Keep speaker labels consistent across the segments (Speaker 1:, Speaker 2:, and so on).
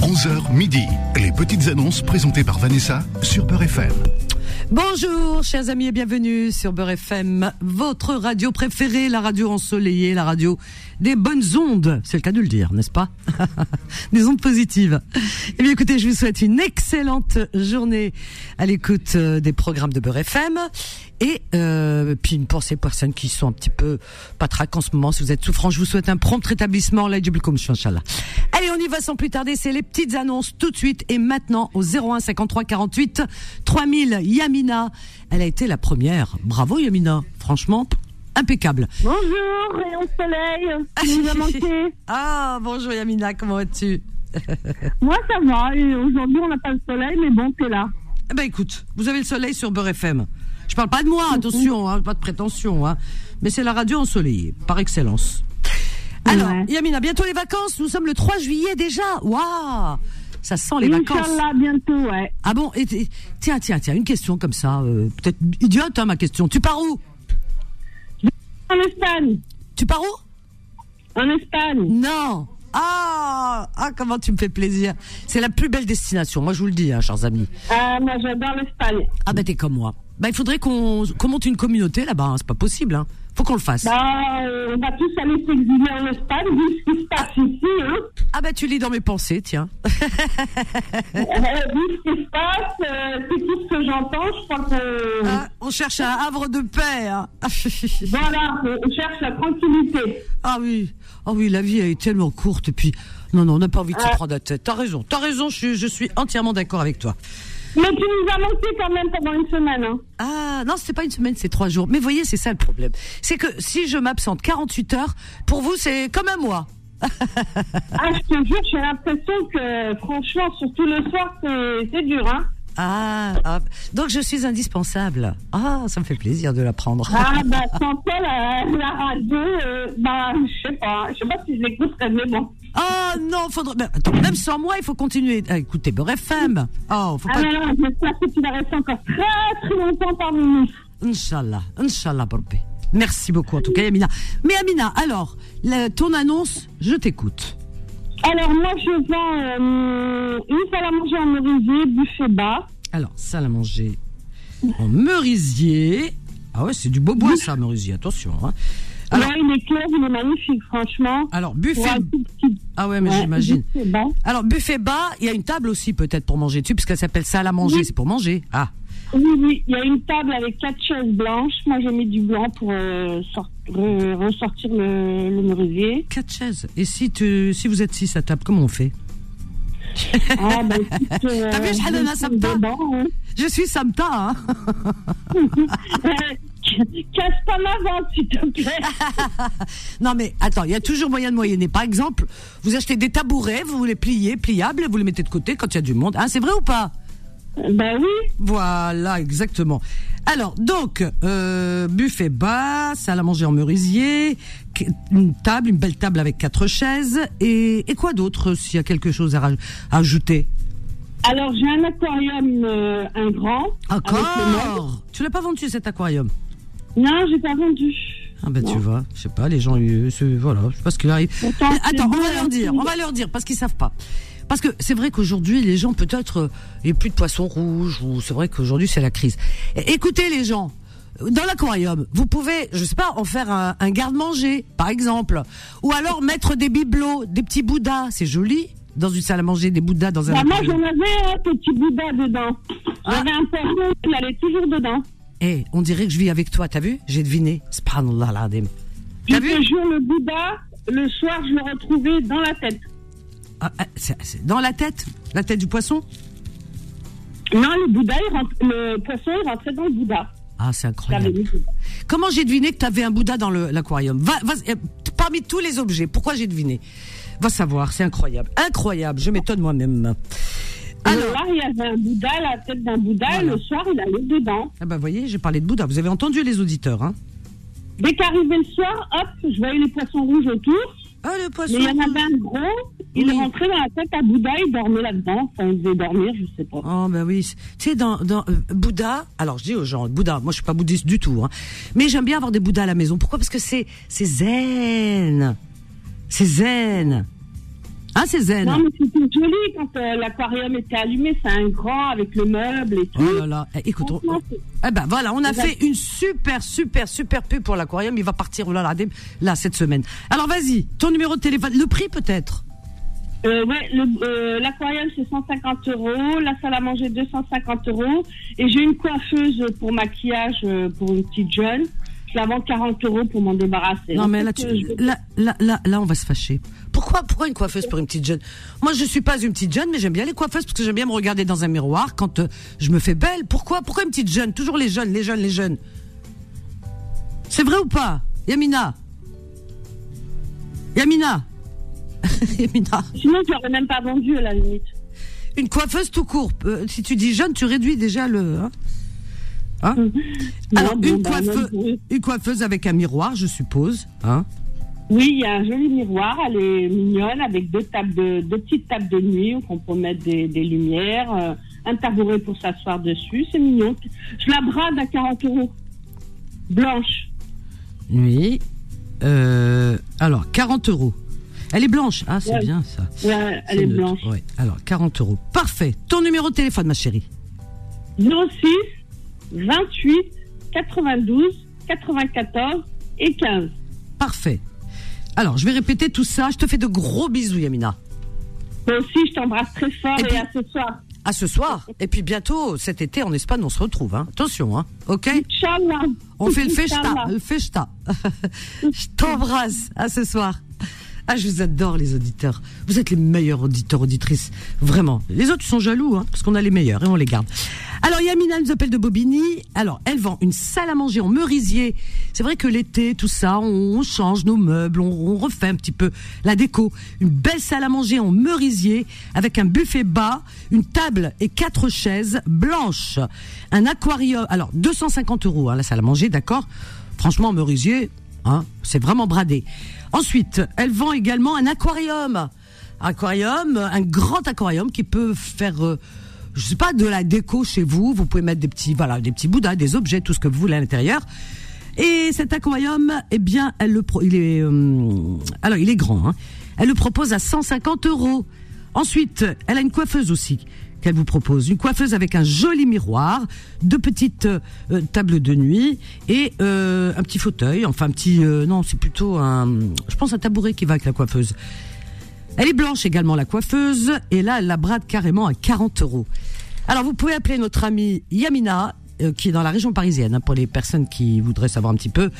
Speaker 1: 11h midi. Les petites annonces présentées par Vanessa sur Beurre FM.
Speaker 2: Bonjour, chers amis, et bienvenue sur Beurre FM, votre radio préférée, la radio ensoleillée, la radio des bonnes ondes. C'est le cas de le dire, n'est-ce pas Des ondes positives. Eh bien, écoutez, je vous souhaite une excellente journée à l'écoute euh, des programmes de Beurre FM. Et euh, puis, pour ces personnes qui sont un petit peu patraques en ce moment, si vous êtes souffrant, je vous souhaite un prompt rétablissement. Là, du comme Inch'Allah. Allez, on y va sans plus tarder. C'est les petites annonces tout de suite et maintenant au 01 53 48 3000. Yamina, elle a été la première. Bravo, Yamina. Franchement, impeccable.
Speaker 3: Bonjour, rayon de soleil, tu nous a manqué.
Speaker 2: Ah, bonjour, Yamina. Comment vas-tu
Speaker 3: Moi, ça va. et Aujourd'hui, on n'a pas le soleil, mais bon, c'est là.
Speaker 2: Eh ben écoute, vous avez le soleil sur Beurre FM. Je parle pas de moi, attention, hein, pas de prétention, hein. mais c'est la radio ensoleillée, par excellence. Alors,
Speaker 3: Ouais.
Speaker 2: Yamina, bientôt les vacances, nous sommes le 3 juillet déjà. Waouh Ça sent les vacances.
Speaker 3: Inch'Allah, bientôt, ouais.
Speaker 2: Ah bon et, et- Tiens, tiens, tiens, une question comme ça, euh, peut-être idiote hein, ma question. Tu pars où
Speaker 3: En Espagne,
Speaker 2: Tu pars où
Speaker 3: en Espagne.
Speaker 2: Non. Ah, ah, comment tu me fais plaisir. C'est la plus belle destination, moi je vous le dis, hein, chers amis.
Speaker 3: Ah, moi, j'adore l'Espagne.
Speaker 2: Ah bah t'es comme moi. Bah il faudrait qu'on qu'on monte une communauté là-bas, hein, c'est pas possible. Hein. Faut qu'on le fasse.
Speaker 3: Bah, euh, on va tous aller s'exiler en Espagne, vu ce qui se passe ici, hein.
Speaker 2: Ah bah tu lis dans mes pensées, tiens.
Speaker 3: Euh, vu ce qui se passe, euh, c'est tout ce que j'entends, je crois que...
Speaker 2: Ah, on cherche un havre de paix. hein.
Speaker 3: Voilà, on on cherche la tranquillité.
Speaker 2: ah oui, ah oui, la vie elle est tellement courte et puis non non, on n'a pas envie de se
Speaker 3: Euh.
Speaker 2: prendre la tête. T'as raison, t'as raison, je, suis- je suis entièrement d'accord avec toi.
Speaker 3: Mais tu nous as manqué quand même pendant une semaine, hein.
Speaker 2: Ah non, c'est pas une semaine, c'est trois jours. Mais voyez, c'est ça le problème. C'est que si je m'absente 48 heures, pour vous c'est comme un mois.
Speaker 3: Ah, je te jure, j'ai l'impression que, euh, franchement, surtout le soir, c'est c'est dur, hein.
Speaker 2: Ah, ah, donc je suis indispensable. Ah, ça me fait plaisir de l'apprendre.
Speaker 3: Ah, bah, sans toi, la, la radio, euh, bah, je sais pas. Je sais pas si je l'écouterais, mais bon.
Speaker 2: Ah non, faudrait. mais attends, même sans moi, il faut continuer. Ah, écoutez, Beurre FM. Oh, faut
Speaker 3: Ah,
Speaker 2: pas.
Speaker 3: non, non, j'espère que tu vas rester encore très, très longtemps parmi nous.
Speaker 2: Inch'Allah, Inch'Allah, Barbé. Merci beaucoup, en tout cas, Amina. Mais Amina, alors, la- ton annonce, je t'écoute.
Speaker 3: Alors, moi, je vends euh, une salle à manger en merisier, buffet bas.
Speaker 2: Alors, salle à manger en merisier. Ah ouais, c'est du beau bois, ça, merisier, attention. hein. Alors-
Speaker 3: Là, il est clair, il est magnifique, franchement.
Speaker 2: Alors,
Speaker 3: Pour
Speaker 2: buffet.
Speaker 3: un tout petit-
Speaker 2: Ah ouais, mais
Speaker 3: ouais,
Speaker 2: j'imagine.
Speaker 3: buffet bas.
Speaker 2: Alors, buffet bas, il y a une table aussi, peut-être, pour manger dessus, puisqu'elle s'appelle salle à manger,
Speaker 3: Oui.
Speaker 2: c'est pour manger. Ah.
Speaker 3: Oui, oui, il y a une table avec quatre chaises blanches. Moi, j'ai mis du blanc pour euh, sort- re- ressortir le, le merisier.
Speaker 2: Quatre chaises. Et si, tu, si vous êtes six à table, comment on fait
Speaker 3: Ah, bah, écoute, euh,
Speaker 2: T'as vu, Shannon, ça me parle.
Speaker 3: dedans, hein.
Speaker 2: Je suis Samta, hein
Speaker 3: Euh, Casse pas ma vente, s'il te plaît.
Speaker 2: Non mais attends, il y a toujours moyen de moyenner. Par exemple, vous achetez des tabourets, vous les pliez, pliables, et vous les mettez de côté quand il y a du monde. Hein, c'est vrai ou pas
Speaker 3: ben oui,
Speaker 2: Voilà, exactement. Alors donc, euh, buffet bas, salle à manger en merisier, qu- une table, une belle table avec quatre chaises et, et quoi d'autre euh, s'il y a quelque chose à raj- à ajouter
Speaker 3: alors j'ai un aquarium, euh, un grand. avec le mode.
Speaker 2: Encore Tu l'as pas vendu cet aquarium
Speaker 3: Non, j'ai pas vendu.
Speaker 2: Ah ben tu vois, je sais pas, les gens, ils- c'est- voilà, je sais pas ce qu'il arrive.
Speaker 3: Pourtant, c'est
Speaker 2: Attends, on va
Speaker 3: bon,
Speaker 2: leur dire,
Speaker 3: hein.
Speaker 2: on va leur dire, parce qu'ils savent pas. Parce que c'est vrai qu'aujourd'hui, les gens, peut-être, euh, il n'y a plus de poissons rouges, ou c'est vrai qu'aujourd'hui, c'est la crise. É- Écoutez, les gens, dans l'aquarium, vous pouvez, je sais pas, en faire un, un garde-manger, par exemple. Ou alors mettre des bibelots, des petits bouddhas, c'est joli, dans une salle à manger, des bouddhas dans un
Speaker 3: Bah, moi,
Speaker 2: aquarium. Ah.
Speaker 3: j'en avais un petit Bouddha dedans. J'avais un poisson qui allait toujours dedans.
Speaker 2: Eh, on dirait que je vis avec toi, t'as vu J'ai deviné. Subhanallah al-azim.
Speaker 3: Je
Speaker 2: T'as vu
Speaker 3: te jure, le Bouddha, le soir, je le retrouvais dans la tête.
Speaker 2: Ah, ah, c'est- c'est Dans la tête La tête du poisson
Speaker 3: Non, le Bouddha, il rentre- le poisson, il rentrait dans le Bouddha.
Speaker 2: Ah, c'est
Speaker 3: J'avais
Speaker 2: incroyable.
Speaker 3: mis Bouddha.
Speaker 2: Comment j'ai deviné que tu avais un Bouddha dans le- l'aquarium va, va- euh, t- Parmi tous les objets, pourquoi j'ai deviné Va savoir, c'est incroyable. Incroyable, je m'étonne moi-même.
Speaker 3: Alors
Speaker 2: Alors,
Speaker 3: là, il y avait un Bouddha, la tête d'un Bouddha, et
Speaker 2: Voilà.
Speaker 3: le soir, il allait dedans.
Speaker 2: ah bah, voyez, j'ai parlé de Bouddha. Vous avez entendu les auditeurs, hein
Speaker 3: Dès qu'arrivait le soir, hop, je voyais les poissons rouges autour.
Speaker 2: Ah, le poisson
Speaker 3: Mais il y en avait un gros, il
Speaker 2: Oui.
Speaker 3: rentrait dans la tête à Bouddha, il dormait là-dedans. Enfin, il devait dormir, je sais pas.
Speaker 2: Oh bah oui, tu sais dans, dans euh, Bouddha, alors je dis aux gens Bouddha, moi je suis pas bouddhiste du tout, hein, mais j'aime bien avoir des Bouddhas à la maison. Pourquoi Parce que c'est c'est zen, c'est zen. Ah, c'est zen.
Speaker 3: Non, mais c'était joli quand euh, l'aquarium était allumé. C'est un grand avec le meuble et tout.
Speaker 2: Oh là là. Eh, écoute, on-
Speaker 3: Franchement, c'est-
Speaker 2: eh ben voilà, on a fait une super, super, super pub pour l'aquarium. Il va partir oh là, là, dès- là cette semaine. Alors vas-y, ton numéro de téléphone, le prix peut-être.
Speaker 3: Euh, ouais, le- euh, l'aquarium c'est 150 euros, la salle à manger 250 euros, et j'ai une coiffeuse pour maquillage euh, pour une petite jeune. Je la vends 40 euros pour m'en débarrasser.
Speaker 2: Non
Speaker 3: En
Speaker 2: mais
Speaker 3: fait,
Speaker 2: là, tu-
Speaker 3: euh, je-
Speaker 2: là, là, là, là, on va se fâcher. Pourquoi, pourquoi une coiffeuse pour une petite jeune Moi, je suis pas une petite jeune, mais j'aime bien les coiffeuses parce que j'aime bien me regarder dans un miroir quand euh, je me fais belle. Pourquoi, pourquoi une petite jeune Toujours les jeunes, les jeunes, les jeunes. C'est vrai ou pas, Yamina Yamina Yamina
Speaker 3: Sinon, je l'aurais même pas vendu à la limite.
Speaker 2: Une coiffeuse tout court. Euh, si tu dis jeune, tu réduis déjà le. hein. Hein Alors,
Speaker 3: Non, bon,
Speaker 2: une,
Speaker 3: bah,
Speaker 2: coiffeuse,
Speaker 3: non, oui.
Speaker 2: une coiffeuse avec un miroir, je suppose. Hein
Speaker 3: Oui, il y a un joli miroir, elle est mignonne, avec deux, tables de, deux petites tables de nuit où on peut mettre des, des lumières, euh, un tabouret pour s'asseoir dessus, c'est mignon. Je la brade à 40 euros. Blanche.
Speaker 2: oui. Euh, alors, 40 euros. Elle est blanche. Ah, c'est
Speaker 3: Ouais.
Speaker 2: bien ça.
Speaker 3: Ouais, elle
Speaker 2: C'est
Speaker 3: est
Speaker 2: neutre.
Speaker 3: blanche.
Speaker 2: Ouais. Alors, 40 euros. Parfait. Ton numéro de téléphone, ma chérie.
Speaker 3: 06 28 92 94 et 15.
Speaker 2: Parfait. Alors, je vais répéter tout ça. Je te fais de gros bisous, Yamina.
Speaker 3: Moi aussi, je t'embrasse très fort
Speaker 2: Et
Speaker 3: et,
Speaker 2: puis-
Speaker 3: à ce soir.
Speaker 2: À ce soir. Et puis bientôt, cet été, en Espagne, on se retrouve. hein. Attention, hein. OK
Speaker 3: Inch'Allah.
Speaker 2: On fait le festa,
Speaker 3: Inch'Allah.
Speaker 2: le festa. je t'embrasse. À ce soir. Ah, je vous adore, les auditeurs. Vous êtes les meilleurs auditeurs, auditrices. Vraiment. Les autres sont jaloux, hein, parce qu'on a les meilleurs et on les garde. Alors, Yamina nous appelle de Bobigny. Alors, elle vend une salle à manger en merisier. C'est vrai que l'été, tout ça, on, on change nos meubles, on, on refait un petit peu la déco. Une belle salle à manger en merisier, avec un buffet bas, une table et quatre chaises blanches. Un aquarium. Alors, 250 euros, hein, la salle à manger, d'accord Franchement, merisier, hein, c'est vraiment bradé. Ensuite, elle vend également un aquarium. Aquarium, euh, un grand aquarium qui peut faire, euh, je sais pas, de la déco chez vous. Vous pouvez mettre des petits, voilà, des petits bouddhas, des objets, tout ce que vous voulez à l'intérieur. Et cet aquarium, eh bien, elle le, pro- il est, euh, alors il est grand. hein. Elle le propose à 150 euros. Ensuite, elle a une coiffeuse aussi qu'elle vous propose. Une coiffeuse avec un joli miroir, deux petites euh, euh, tables de nuit et euh, un petit fauteuil. Enfin, un petit... euh, non, c'est plutôt un... Je pense un tabouret qui va avec la coiffeuse. Elle est blanche également, la coiffeuse. Et là, elle la brade carrément à 40 euros. Alors, vous pouvez appeler notre amie Yamina, euh, qui est dans la région parisienne, hein, pour les personnes qui voudraient savoir un petit peu,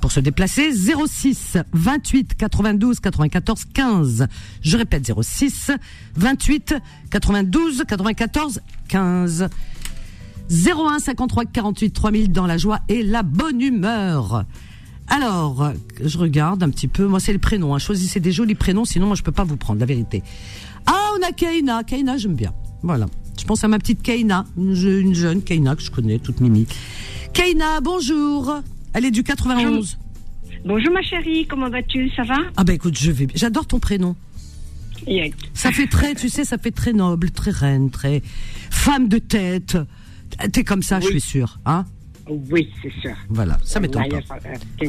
Speaker 2: pour se déplacer. 06 28 92 94 15. Je répète, 06 28 92 94 15. 01 53 48 3000 dans la joie et la bonne humeur. Alors, je regarde un petit peu. Moi, c'est les prénoms. hein. Choisissez des jolis prénoms, sinon moi, je peux pas vous prendre, la vérité. Ah, on a Kaina. Kaina, j'aime bien. Voilà. Je pense à ma petite Kaina, une, je- une jeune Kaina que je connais, toute mimi. Kaina, bonjour. Elle est du 91.
Speaker 4: Bonjour ma chérie, comment vas-tu Ça va
Speaker 2: Ah bah écoute, je vais. J'adore ton prénom.
Speaker 4: Yes.
Speaker 2: Ça fait très, tu sais, ça fait très noble, très reine, très femme de tête. T'es comme ça, je suis sûre, hein
Speaker 4: Oui, c'est sûr.
Speaker 2: Voilà, ça
Speaker 4: bah,
Speaker 2: m'étonne pas.
Speaker 4: euh,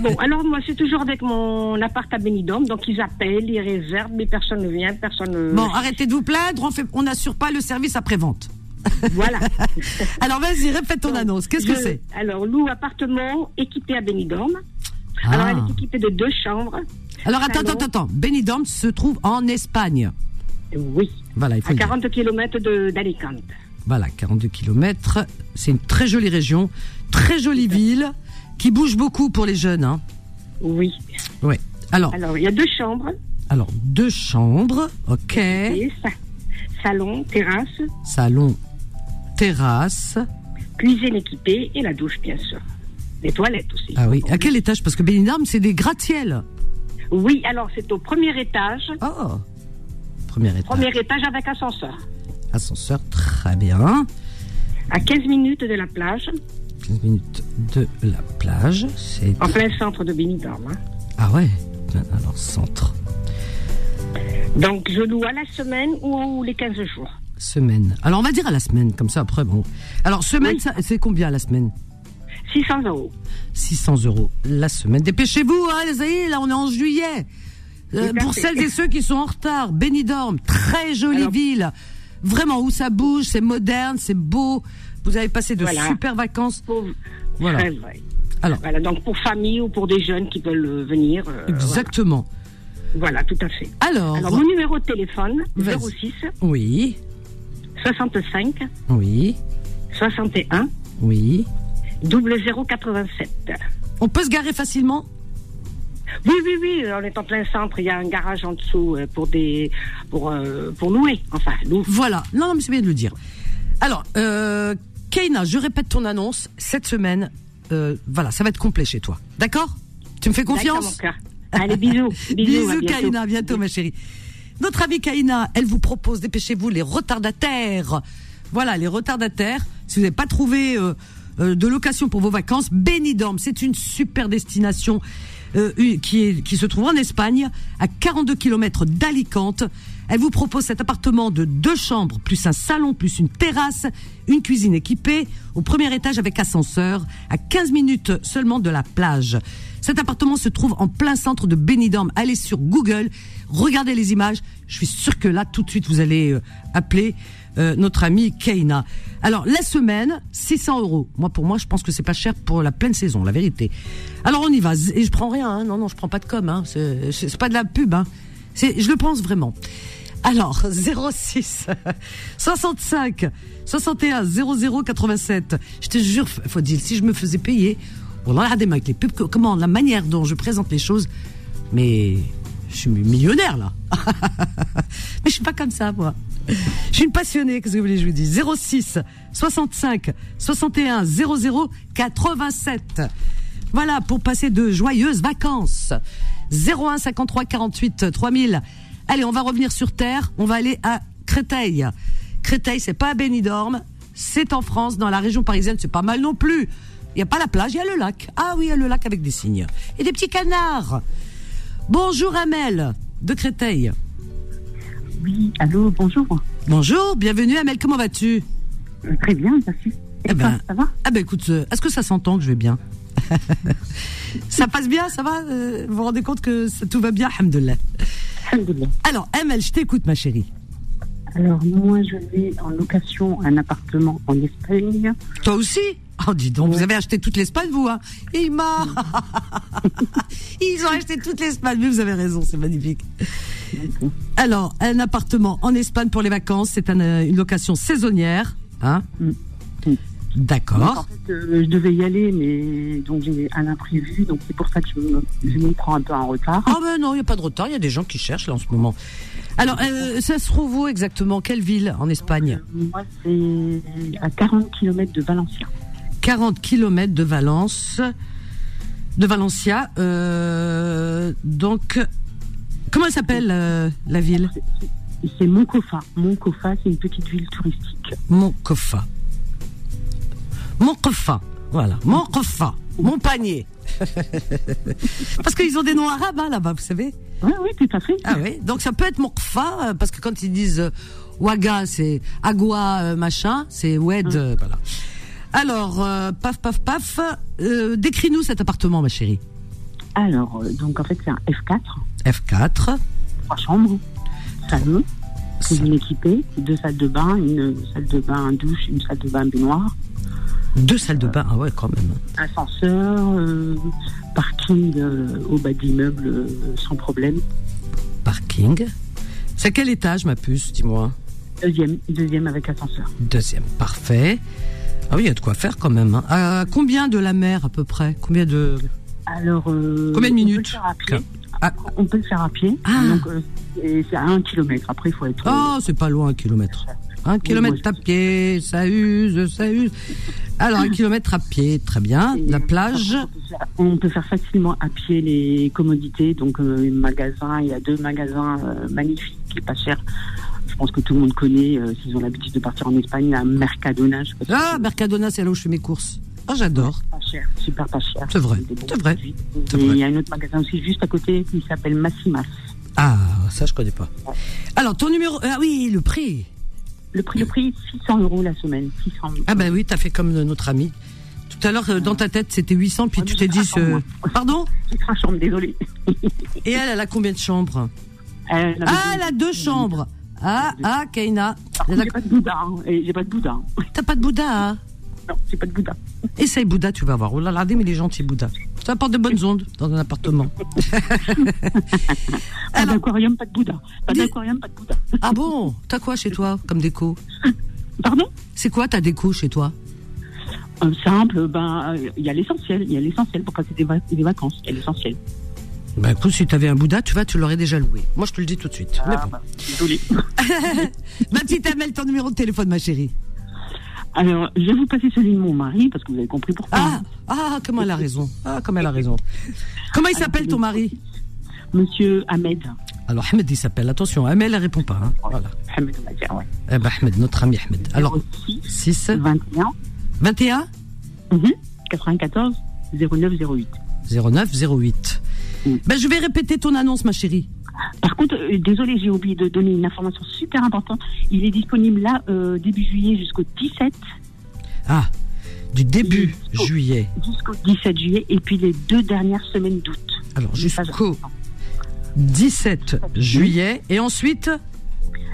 Speaker 4: bon, alors moi, c'est toujours avec mon appart à Benidorm, donc ils appellent, ils réservent, mais personne ne vient, personne ne...
Speaker 2: Bon, arrêtez de vous plaindre, on fait, on n'assure pas le service après-vente.
Speaker 4: voilà.
Speaker 2: Alors vas-y, répète ton annonce. Qu'est-ce que
Speaker 4: Je-
Speaker 2: c'est
Speaker 4: Alors, loue appartement équipé à Benidorm. Alors,
Speaker 2: Ah.
Speaker 4: elle est équipée de deux chambres.
Speaker 2: Alors attends,
Speaker 4: Salon.
Speaker 2: attends, attends. Benidorm se trouve en Espagne.
Speaker 4: Oui,
Speaker 2: Voilà, il faut
Speaker 4: à
Speaker 2: le dire.
Speaker 4: 40 km d'Alicante.
Speaker 2: Voilà, 42 km. C'est une très jolie région, très jolie ville, qui bouge beaucoup pour les jeunes. Hein.
Speaker 4: Oui.
Speaker 2: Ouais. Alors,
Speaker 4: Alors, il y a deux chambres,
Speaker 2: alors deux chambres, ok.
Speaker 4: et ça- salon, terrasse,
Speaker 2: Salon, terrasse.
Speaker 4: cuisine équipée et la douche, bien sûr. Les toilettes aussi.
Speaker 2: Ah oui. À quel étage Parce que Benidorm, c'est des gratte-ciels.
Speaker 4: Oui, alors c'est au premier étage.
Speaker 2: Oh. Premier étage.
Speaker 4: Premier étage avec ascenseur.
Speaker 2: Ascenseur, très bien.
Speaker 4: À 15 minutes de la plage,
Speaker 2: 15 minutes de la plage. C'est
Speaker 4: en plein centre de Benidorm. hein.
Speaker 2: Ah ouais Alors, centre,
Speaker 4: Donc je loue à la semaine ou les 15 jours.
Speaker 2: semaine. Alors, on va dire à la semaine, comme ça, après, bon. Alors, semaine,
Speaker 4: Oui.
Speaker 2: ça- c'est combien la semaine
Speaker 4: 600 euros.
Speaker 2: 600 euros la semaine. Dépêchez-vous, hein, les amis, là, on est en juillet. Euh,
Speaker 4: Tout à
Speaker 2: pour
Speaker 4: fait.
Speaker 2: celles et ceux qui sont en retard, Benidorm, très jolie
Speaker 4: Alors-
Speaker 2: ville. Vraiment, où ça bouge, c'est moderne, c'est beau. Vous avez passé de
Speaker 4: Voilà.
Speaker 2: super vacances.
Speaker 4: Pauvre.
Speaker 2: Voilà.
Speaker 4: Très euh, vrai.
Speaker 2: Alors.
Speaker 4: Voilà, donc pour famille ou pour des jeunes qui veulent euh, venir. euh,
Speaker 2: Exactement.
Speaker 4: Voilà, voilà, tout à fait.
Speaker 2: Alors,
Speaker 4: Alors, mon numéro de téléphone,
Speaker 2: Vas-y.
Speaker 4: 06
Speaker 2: oui,
Speaker 4: 65
Speaker 2: oui,
Speaker 4: 61
Speaker 2: oui.
Speaker 4: 0087.
Speaker 2: On peut se garer facilement
Speaker 4: Oui, oui, oui, on est en plein centre, il y a un garage en dessous euh, pour des pour, euh, pour louer, enfin, nous.
Speaker 2: Voilà. Non, non, mais c'est bien de le dire. Alors, euh, Keina, je répète ton annonce. Cette semaine, euh, voilà, ça va être complet chez toi. D'accord Tu me fais confiance
Speaker 4: D'accord, mon cœur. Allez, bisous. Bisous, à
Speaker 2: Bisous,
Speaker 4: bientôt.
Speaker 2: Kaina. À bientôt, ma chérie. Notre amie Kaina, elle vous propose, dépêchez-vous, les retardataires. Voilà, les retardataires. Si vous n'avez pas trouvé euh, euh, de location pour vos vacances, Benidorm, c'est une super destination euh, une- qui, est, qui se trouve en Espagne, à 42 km d'Alicante. Elle vous propose cet appartement de deux chambres, plus un salon, plus une terrasse, une cuisine équipée, au premier étage avec ascenseur, à 15 minutes seulement de la plage. Cet appartement se trouve en plein centre de Benidorm. Allez sur Google, regardez les images. Je suis sûr que là, tout de suite, vous allez euh, appeler euh, notre amie Keina. Alors, la semaine, 600 euros. Moi, pour moi, je pense que c'est pas cher pour la pleine saison, la vérité. Alors, on y va. Z- Et je prends rien. hein. Non, non, je prends pas de com. Hein. C'est- C'est c'est pas de la pub. Hein. C'est- Je le pense vraiment. Alors, 06 65 61 00 87. Je te jure, F- Fodil, si je me faisais payer, voilà, regardez avec les pubs, que- comment, la manière dont je présente les choses, mais je suis millionnaire là. mais je suis pas comme ça, moi. Je suis une passionnée, qu'est-ce que vous voulez que je vous dise 06 65 61 00 87. Voilà, pour passer de joyeuses vacances. 01 53 48 3000. Allez, on va revenir sur Terre, on va aller à Créteil. Créteil, c'est pas à Benidorm, c'est en France, dans la région parisienne, c'est pas mal non plus. Il n'y a pas la plage, il y a le lac. Ah oui, il y a le lac avec des cygnes. Et des petits canards. Bonjour Amel, de Créteil.
Speaker 5: Oui, allô, bonjour.
Speaker 2: Bonjour, bienvenue Amel, comment vas-tu
Speaker 5: Euh, Très bien, merci. Et
Speaker 2: Eh ben.
Speaker 5: toi, ça va
Speaker 2: Ah ben écoute, euh, est-ce que ça s'entend que je vais bien Ça passe bien, ça va Euh, Vous vous rendez compte que ça- tout va bien, alhamdoulilah.
Speaker 5: Alhamdoulilah.
Speaker 2: Alors, Amel, je t'écoute ma chérie.
Speaker 5: Alors, moi, je mets en location un appartement en Espagne.
Speaker 2: Toi aussi Oh, dis donc, vous avez acheté toute l'Espagne, vous, hein Il m'a Ils ont acheté toute l'Espagne, mais vous avez raison, c'est magnifique. Alors, un appartement en Espagne pour les vacances, c'est un, euh, une location saisonnière, hein
Speaker 5: Mm. Mm. Donc, en
Speaker 2: D'accord.
Speaker 5: fait, euh, je devais y aller, mais donc j'ai un imprévu, donc c'est pour ça que je me, je me prends un peu en retard.
Speaker 2: Ah ben non, il n'y a pas de retard, il y a des gens qui cherchent là en ce moment. Alors, euh, ça se trouve où exactement Quelle ville en Espagne
Speaker 5: Euh, Moi, c'est à 40 km de Valenciennes.
Speaker 2: 40 km de Valence, de Valencia. euh, donc, comment elle s'appelle euh, la ville
Speaker 5: C'est Moncofa. Moncofa, c'est une petite ville touristique.
Speaker 2: Moncofa. Moncofa, voilà. Moncofa, mon panier. parce qu'ils ont des noms arabes hein, là-bas, vous savez.
Speaker 5: Oui, oui, tout à fait.
Speaker 2: Ah oui, donc ça peut être Moncofa, euh, parce que quand ils disent euh, Ouaga, c'est Agua, euh, machin, c'est Oued,
Speaker 5: Hum.
Speaker 2: euh, voilà. Alors, euh, paf, paf, paf, euh, décris-nous cet appartement, ma chérie.
Speaker 5: Alors, euh, donc en fait, c'est un F4,
Speaker 2: F4,
Speaker 5: trois chambres, salon, cuisine équipée, deux salles de bain, une salle de bain douche, une salle de bain baignoire.
Speaker 2: deux salles de bain, ah ouais, quand même.
Speaker 5: ascenseur, euh, parking euh, au bas d'immeuble euh, sans problème.
Speaker 2: Parking. C'est à quel étage, ma puce, dis-moi
Speaker 5: Deuxième, deuxième avec ascenseur.
Speaker 2: Deuxième, parfait. Ah oui, il y a de quoi faire quand même. hein. À combien de la mer à peu près Combien de.
Speaker 5: Alors, euh,
Speaker 2: Combien de
Speaker 5: On peut
Speaker 2: minutes
Speaker 5: le faire à pied.
Speaker 2: Ah.
Speaker 5: On peut le faire à pied.
Speaker 2: Ah.
Speaker 5: Donc, euh, et c'est à un kilomètre. Après, il faut être. euh,
Speaker 2: Oh, c'est pas loin, un kilomètre. Un kilomètre à pied, ça use, ça use. Alors, un kilomètre à pied, très bien.
Speaker 5: Ah. Et,
Speaker 2: La
Speaker 5: euh,
Speaker 2: plage,
Speaker 5: on peut faire- On peut faire facilement à pied les commodités, donc euh, magasins. Il y a deux magasins euh, magnifiques et pas chers. Je pense que tout le monde connaît, euh, s'ils ont l'habitude de partir en Espagne, à Mercadona. Je sais pas si
Speaker 2: Ah,
Speaker 5: vous-
Speaker 2: Mercadona, c'est là où je fais mes courses. Ah, j'adore.
Speaker 5: pas cher, super pas cher.
Speaker 2: C'est vrai,
Speaker 5: Des bons
Speaker 2: c'est vrai,
Speaker 5: produits.
Speaker 2: c'est
Speaker 5: Et
Speaker 2: vrai.
Speaker 5: Il y a un autre magasin aussi juste à côté qui s'appelle Massimas.
Speaker 2: Ah, ça, je connais pas. Alors, ton numéro. Ah oui, le prix.
Speaker 5: Le prix, le prix 600 euros la semaine. 600.
Speaker 2: Ah, ben oui, t'as fait comme notre ami. Tout à l'heure, euh, dans ta tête, c'était 800, puis
Speaker 5: Ouais,
Speaker 2: tu
Speaker 5: mais
Speaker 2: t'es
Speaker 5: j'ai
Speaker 2: dit...
Speaker 5: trois chambres,
Speaker 2: euh, Pardon
Speaker 5: J'ai trois chambres, désolée.
Speaker 2: Et elle, elle a combien de chambres
Speaker 5: Elle avait
Speaker 2: Ah,
Speaker 5: dit-
Speaker 2: elle a deux chambres Ah, ah, Keina Elle a-
Speaker 5: J'ai pas de Bouddha, hein, et j'ai pas de Bouddha. hein.
Speaker 2: T'as pas de Bouddha, hein
Speaker 5: Non, j'ai pas de Bouddha.
Speaker 2: Essaye Bouddha, tu vas voir. Oh là là, mais il est gentil, Bouddha. Ça apporte de bonnes ondes dans un appartement.
Speaker 5: Pas
Speaker 2: Alors-
Speaker 5: d'aquarium, pas de Bouddha. Pas
Speaker 2: Dis-
Speaker 5: d'aquarium, pas de Bouddha.
Speaker 2: Ah bon T'as quoi chez toi comme déco
Speaker 5: Pardon
Speaker 2: C'est quoi ta déco chez toi
Speaker 5: Euh, Simple, ben, euh, il y a l'essentiel. Il y a l'essentiel pour passer des, vac- des vacances. Il y a l'essentiel.
Speaker 2: Bah écoute, si t'avais un Bouddha, tu vois, tu l'aurais déjà loué. Moi, je te le dis tout de suite. Mais bon.
Speaker 5: bah, désolée.
Speaker 2: Ma petite Amel, ton numéro de téléphone, ma chérie.
Speaker 5: Alors, je vais vous passer celui de mon mari, parce que vous avez compris pourquoi.
Speaker 2: Ah, ah, comment elle a raison. Ah, comme elle a raison. Comment il s'appelle ton mari
Speaker 5: Monsieur Ahmed.
Speaker 2: Alors, Ahmed, il s'appelle. Attention, Amel, elle répond pas. hein. Voilà.
Speaker 5: Ahmed, on va dire, ouais.
Speaker 2: Eh ben, Ahmed, notre ami Ahmed. Alors,
Speaker 5: 06
Speaker 2: 6,
Speaker 5: 21
Speaker 2: 21,
Speaker 5: mhm, 94 09 08.
Speaker 2: 09, 08.
Speaker 5: Mm.
Speaker 2: Ben, je vais répéter ton annonce, ma chérie.
Speaker 5: Par contre, euh, désolé, j'ai oublié de donner une information super importante. Il est disponible là euh, début juillet jusqu'au 17
Speaker 2: Ah, du début
Speaker 5: Il est-
Speaker 2: juillet.
Speaker 5: jusqu'au 17 juillet et puis les deux dernières semaines d'août.
Speaker 2: Alors, jusqu'au
Speaker 5: Pas-
Speaker 2: 17 juillet. Et ensuite,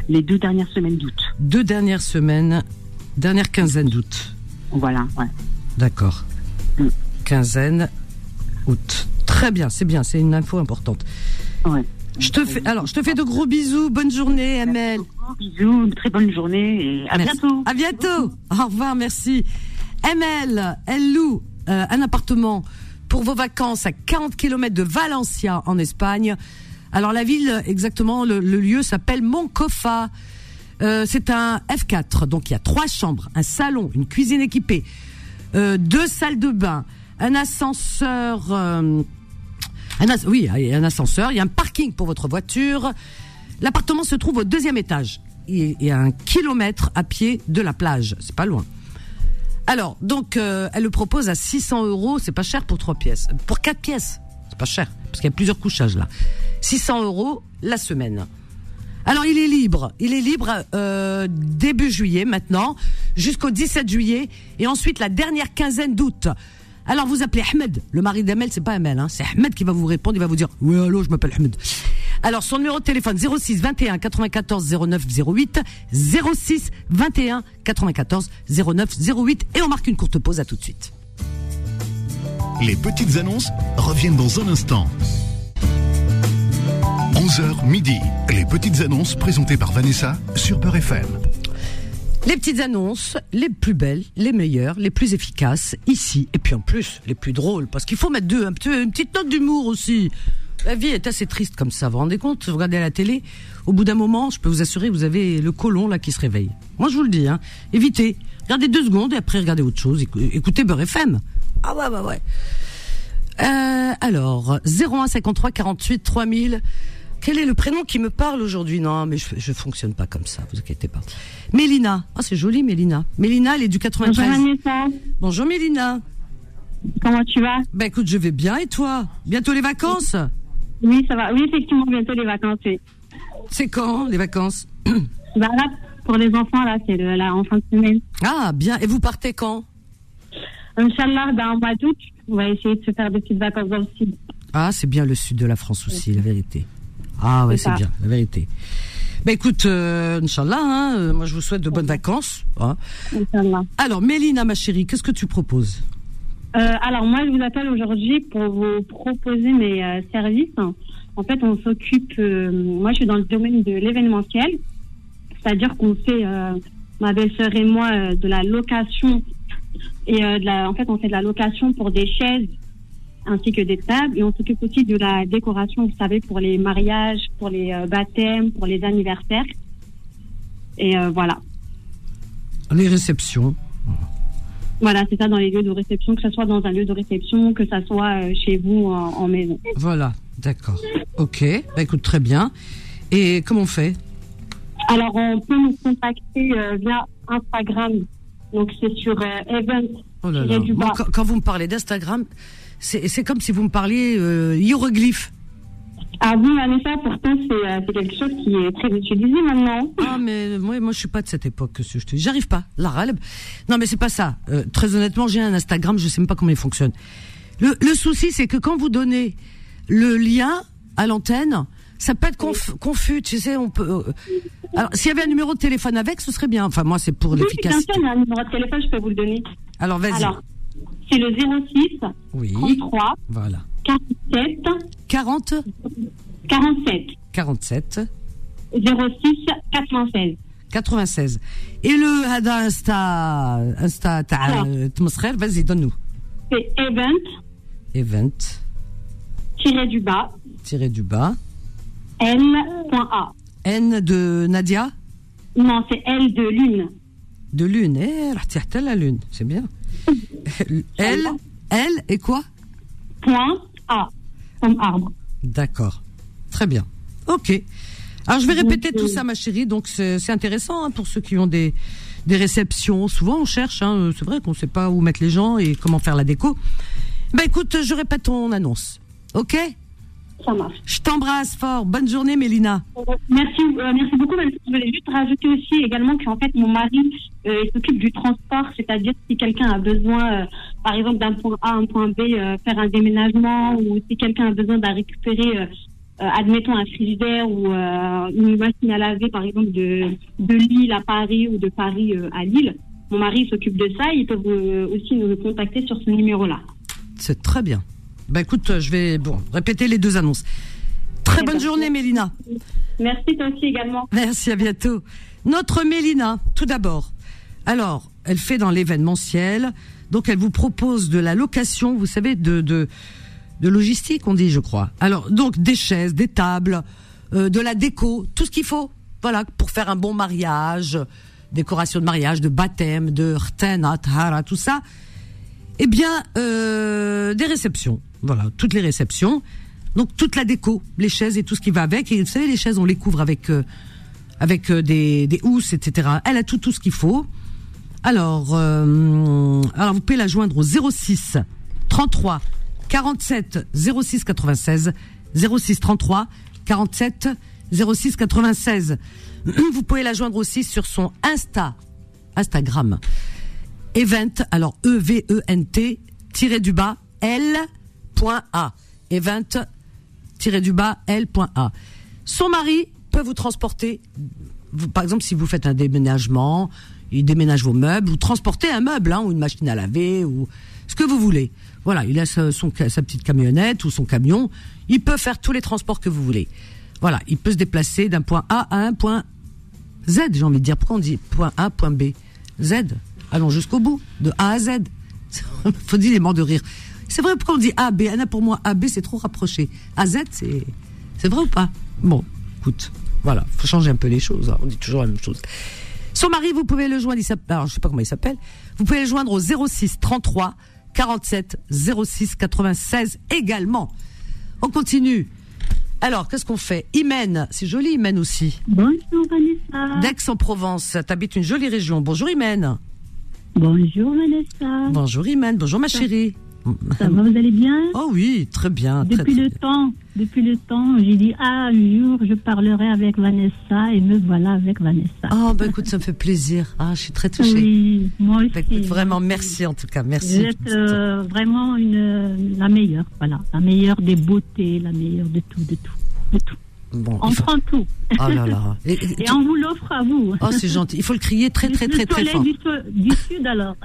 Speaker 5: Les deux dernières semaines d'août.
Speaker 2: deux dernières semaines, dernière quinzaine d'août.
Speaker 5: Voilà. Ouais.
Speaker 2: D'accord.
Speaker 5: Mm.
Speaker 2: Quinzaine août. Très bien, c'est bien, c'est une info importante.
Speaker 5: ouais.
Speaker 2: Je te fais, alors, je te fais de gros bisous. Bonne journée, Amel.
Speaker 5: Beaucoup, Bisous, une très bonne journée et à
Speaker 2: Merci.
Speaker 5: bientôt.
Speaker 2: À bientôt. Au revoir, merci. ML, elle loue euh, un appartement pour vos vacances à 40 km de Valencia, en Espagne. Alors, la ville, exactement, le, le lieu s'appelle Moncofa. Euh, c'est un F4, donc il y a trois chambres, un salon, une cuisine équipée, euh, deux salles de bain, un ascenseur. euh, un as- oui, il y a un ascenseur, il y a un parking pour votre voiture. L'appartement se trouve au deuxième étage et et à un kilomètre à pied de la plage. C'est pas loin. Alors, donc, euh, elle le propose à 600 euros. C'est pas cher pour trois pièces. Pour quatre pièces, c'est pas cher parce qu'il y a plusieurs couchages là. 600 euros la semaine. Alors, il est libre. Il est libre euh, début juillet maintenant, jusqu'au 17 juillet, et ensuite la dernière quinzaine d'août. Alors, vous appelez Ahmed. Le mari d'Amel, c'est pas Amel, hein. c'est Ahmed qui va vous répondre. Il va vous dire Oui, allô, je m'appelle Ahmed. Alors, son numéro de téléphone 06 21 94 09 08. 06 21 94 09 08. Et on marque une courte pause. À tout de suite.
Speaker 1: Les petites annonces reviennent dans un instant. 11h midi. Les petites annonces présentées par Vanessa sur Peur FM.
Speaker 2: Les petites annonces, les plus belles, les meilleures, les plus efficaces, ici. Et puis en plus, les plus drôles, parce qu'il faut mettre deux, un petit- une petite note d'humour aussi. La vie est assez triste comme ça, vous vous rendez compte Vous regardez la télé, au bout d'un moment, je peux vous assurer, vous avez le colon là qui se réveille. Moi je vous le dis, hein. évitez. Regardez deux secondes et après regardez autre chose. Écou- Écoutez Beurre FM. Ah ouais, ouais, ouais. Euh, alors, 01 53 48 3000. Quel est le prénom qui me parle aujourd'hui Non, mais je, je fonctionne pas comme ça, vous inquiétez pas. Mélina. Ah, c'est joli, Mélina. Mélina, elle est du
Speaker 3: Bonjour
Speaker 2: 93.
Speaker 3: Vanessa,
Speaker 2: Bonjour, Mélina.
Speaker 3: comment tu vas
Speaker 2: Ben écoute, je vais bien et toi Bientôt les vacances
Speaker 3: Oui, ça va. Oui, effectivement, bientôt les vacances. oui.
Speaker 2: C'est quand les vacances
Speaker 3: Bah là, pour les enfants, là, c'est le- là, en fin de semaine.
Speaker 2: Ah, bien. Et vous partez quand
Speaker 3: Inch'Allah, dans le mois d'août, on va essayer de se faire des petites vacances dans le sud.
Speaker 2: Ah, c'est bien le sud de la France aussi, la vérité. Ah ouais,
Speaker 3: C'est
Speaker 2: c'est
Speaker 3: ça.
Speaker 2: bien, la vérité. Ben écoute, euh, Inch'Allah, hein, euh, moi je vous souhaite de bonnes vacances. hein.
Speaker 3: Inch'Allah.
Speaker 2: Alors, Mélina, ma chérie, qu'est-ce que tu proposes
Speaker 3: Euh, alors moi, je vous appelle aujourd'hui pour vous proposer mes euh, services. En fait, on s'occupe, euh, moi je suis dans le domaine de l'événementiel, c'est-à-dire qu'on fait, euh, ma belle-sœur et moi, euh, de la location, et euh, de la, en fait on fait de la location pour des chaises ainsi que des tables, et on s'occupe aussi de la décoration, vous savez, pour les mariages, pour les euh, baptêmes, pour les anniversaires. Et euh, voilà,
Speaker 2: Les réceptions.
Speaker 3: voilà, c'est ça dans les lieux de réception, que ce soit dans un lieu de réception, que ça soit euh, chez vous en- en maison.
Speaker 2: Voilà, d'accord. Ok, bah écoute, très bien. Et comment on fait
Speaker 3: Alors, on peut nous contacter euh, via Instagram. Donc, c'est sur euh, event.
Speaker 2: Oh là
Speaker 3: Il y a
Speaker 2: là.
Speaker 3: du
Speaker 2: Moi,
Speaker 3: bas.
Speaker 2: quand, quand vous me parlez d'Instagram, c'est c'est comme si vous me parliez euh, hiéroglyphe.
Speaker 3: Ah oui, Vanessa, pourtant, c'est euh, c'est quelque chose qui est très utilisé maintenant.
Speaker 2: Ah mais moi, moi je suis pas de cette époque. que je te- J'arrive pas. La râle. Non mais c'est pas ça. Euh, très honnêtement, j'ai un Instagram, je sais même pas comment il fonctionne. Le, le souci c'est que quand vous donnez le lien à l'antenne, ça peut être conf- confus. Tu sais, on peut. euh, Alors s'il y avait un numéro de téléphone avec, ce serait bien. Enfin moi, c'est pour
Speaker 3: Oui, c'est un
Speaker 2: l'efficacité.
Speaker 3: seul, un numéro de téléphone, je peux vous le donner.
Speaker 2: Alors vas-y.
Speaker 3: Alors, c'est le 06
Speaker 2: oui.
Speaker 3: 33
Speaker 2: Voilà.
Speaker 3: 47
Speaker 2: 40,
Speaker 3: 47
Speaker 2: 47,
Speaker 3: 06 96.
Speaker 2: 96. Et le hada Insta, Insta, تاع- تمسخير, vas-y, donne-nous.
Speaker 3: C'est
Speaker 5: Eh ben.
Speaker 2: Event,
Speaker 3: event-du-bas
Speaker 2: tiré du bas.
Speaker 3: L.A.
Speaker 2: N de Nadia,
Speaker 3: Non, c'est L de lune.
Speaker 2: de lune. Eh, رحتي حتى la lune, c'est bien. L, L et quoi
Speaker 3: Point A. Comme arbre.
Speaker 2: D'accord. Très bien. Ok. Alors je vais répéter
Speaker 3: euh,
Speaker 2: tout ça, ma chérie. Donc c'est c'est intéressant hein, pour ceux qui ont des des réceptions. Souvent on cherche. hein, euh, c'est vrai qu'on ne sait pas où mettre les gens et comment faire la déco. Ben écoute, je répète ton annonce. Ok.
Speaker 3: Ça marche.
Speaker 2: Je t'embrasse fort. Bonne journée, Mélina.
Speaker 3: Merci, euh, merci beaucoup. Vanessa. Je voulais juste rajouter aussi également qu'en fait, mon mari euh, il s'occupe du transport, c'est-à-dire si quelqu'un a besoin, euh, par exemple, d'un point A à un point B, euh, faire un déménagement, ou si quelqu'un a besoin d'un récupérer, euh, euh, admettons, un frigidaire ou euh, une machine à laver, par exemple, de, de Lille à Paris ou de Paris euh, à Lille. Mon mari il s'occupe de ça. Il peut vous, aussi nous contacter sur ce numéro-là.
Speaker 2: C'est très bien. Ben écoute, euh, je vais bon répéter les deux annonces. Très
Speaker 3: Eh
Speaker 2: bonne
Speaker 3: ben,
Speaker 2: journée, Mélina.
Speaker 3: Merci toi aussi également.
Speaker 2: Merci, à bientôt. Notre Mélina, tout d'abord. Alors, elle fait dans l'événementiel, donc elle vous propose de la location, vous savez, de, de, de logistique, on dit, je crois. Alors, donc des chaises, des tables, euh, de la déco, tout ce qu'il faut, voilà, pour faire un bon mariage, décoration de mariage, de baptême, de rtena, tahara, tout ça. Eh bien, euh, des réceptions. Voilà, toutes les réceptions. Donc toute la déco, les chaises et tout ce qui va avec. Et vous savez, les chaises, on les couvre avec euh, avec euh, des, des housses, etc. Elle a tout tout ce qu'il faut. Alors, euh, alors vous pouvez la joindre au 06 33 47 06 96 06 33 47 06 96. Vous pouvez la joindre aussi sur son Insta, Instagram. Event, alors E E-V-E-N-T, tiré du bas, L.A. Event, tiré du bas, L.A. Son mari peut vous transporter, vous- par exemple, si vous faites un déménagement, il déménage vos meubles, vous transportez un meuble, hein, ou une machine à laver, ou ce que vous voulez. Voilà, il a sa, son, ca- sa petite camionnette ou son camion, il peut faire tous les transports que vous voulez. Voilà, il peut se déplacer d'un point A à un point Z, j'ai envie de dire. Pourquoi on dit point A, point B Z. Allons jusqu'au bout, de A à Z. Faut dire les morts de rire. C'est vrai, pourquoi on dit A, B Anna, pour moi, A, B, c'est trop rapproché. A, Z, c'est c'est vrai ou pas Bon, écoute, voilà, faut changer un peu les choses. hein. On dit toujours la même chose. Son mari, vous pouvez le joindre, il s'appelle, alors je sais pas comment il s'appelle, vous pouvez le joindre au 06 33 47 06 96 également. On continue. Alors, qu'est-ce qu'on fait Imen, c'est joli Imen aussi.
Speaker 5: Bonjour Vanessa.
Speaker 2: D'Aix-en-Provence. T'habites une jolie région. Bonjour Imen.
Speaker 5: Bonjour Vanessa.
Speaker 2: Bonjour Imen. Bonjour ma chérie.
Speaker 5: Ça va, vous allez bien
Speaker 2: Oh oui, très bien. Très,
Speaker 6: Depuis
Speaker 2: très
Speaker 6: le
Speaker 2: bien.
Speaker 6: temps, depuis le temps, j'ai dit ah un jour je parlerai avec Vanessa et me voilà avec Vanessa.
Speaker 2: Oh bah écoute, ça me fait plaisir. Ah, je suis très touchée.
Speaker 6: oui, moi aussi.
Speaker 2: Bah, écoute, vraiment merci en tout cas.
Speaker 6: Vous
Speaker 2: Merci.
Speaker 6: êtes euh, vraiment une la meilleure, voilà, la meilleure des beautés, la meilleure de tout, de tout, de tout.
Speaker 2: Bon,
Speaker 6: On
Speaker 2: il faut-
Speaker 6: prend tout
Speaker 2: Oh là là. Et- et-
Speaker 6: et on vous l'offre à vous.
Speaker 2: Oh c'est gentil. Il faut le crier très très
Speaker 6: Le
Speaker 2: très très
Speaker 6: soleil
Speaker 2: fort.
Speaker 6: Du, so- du sud alors.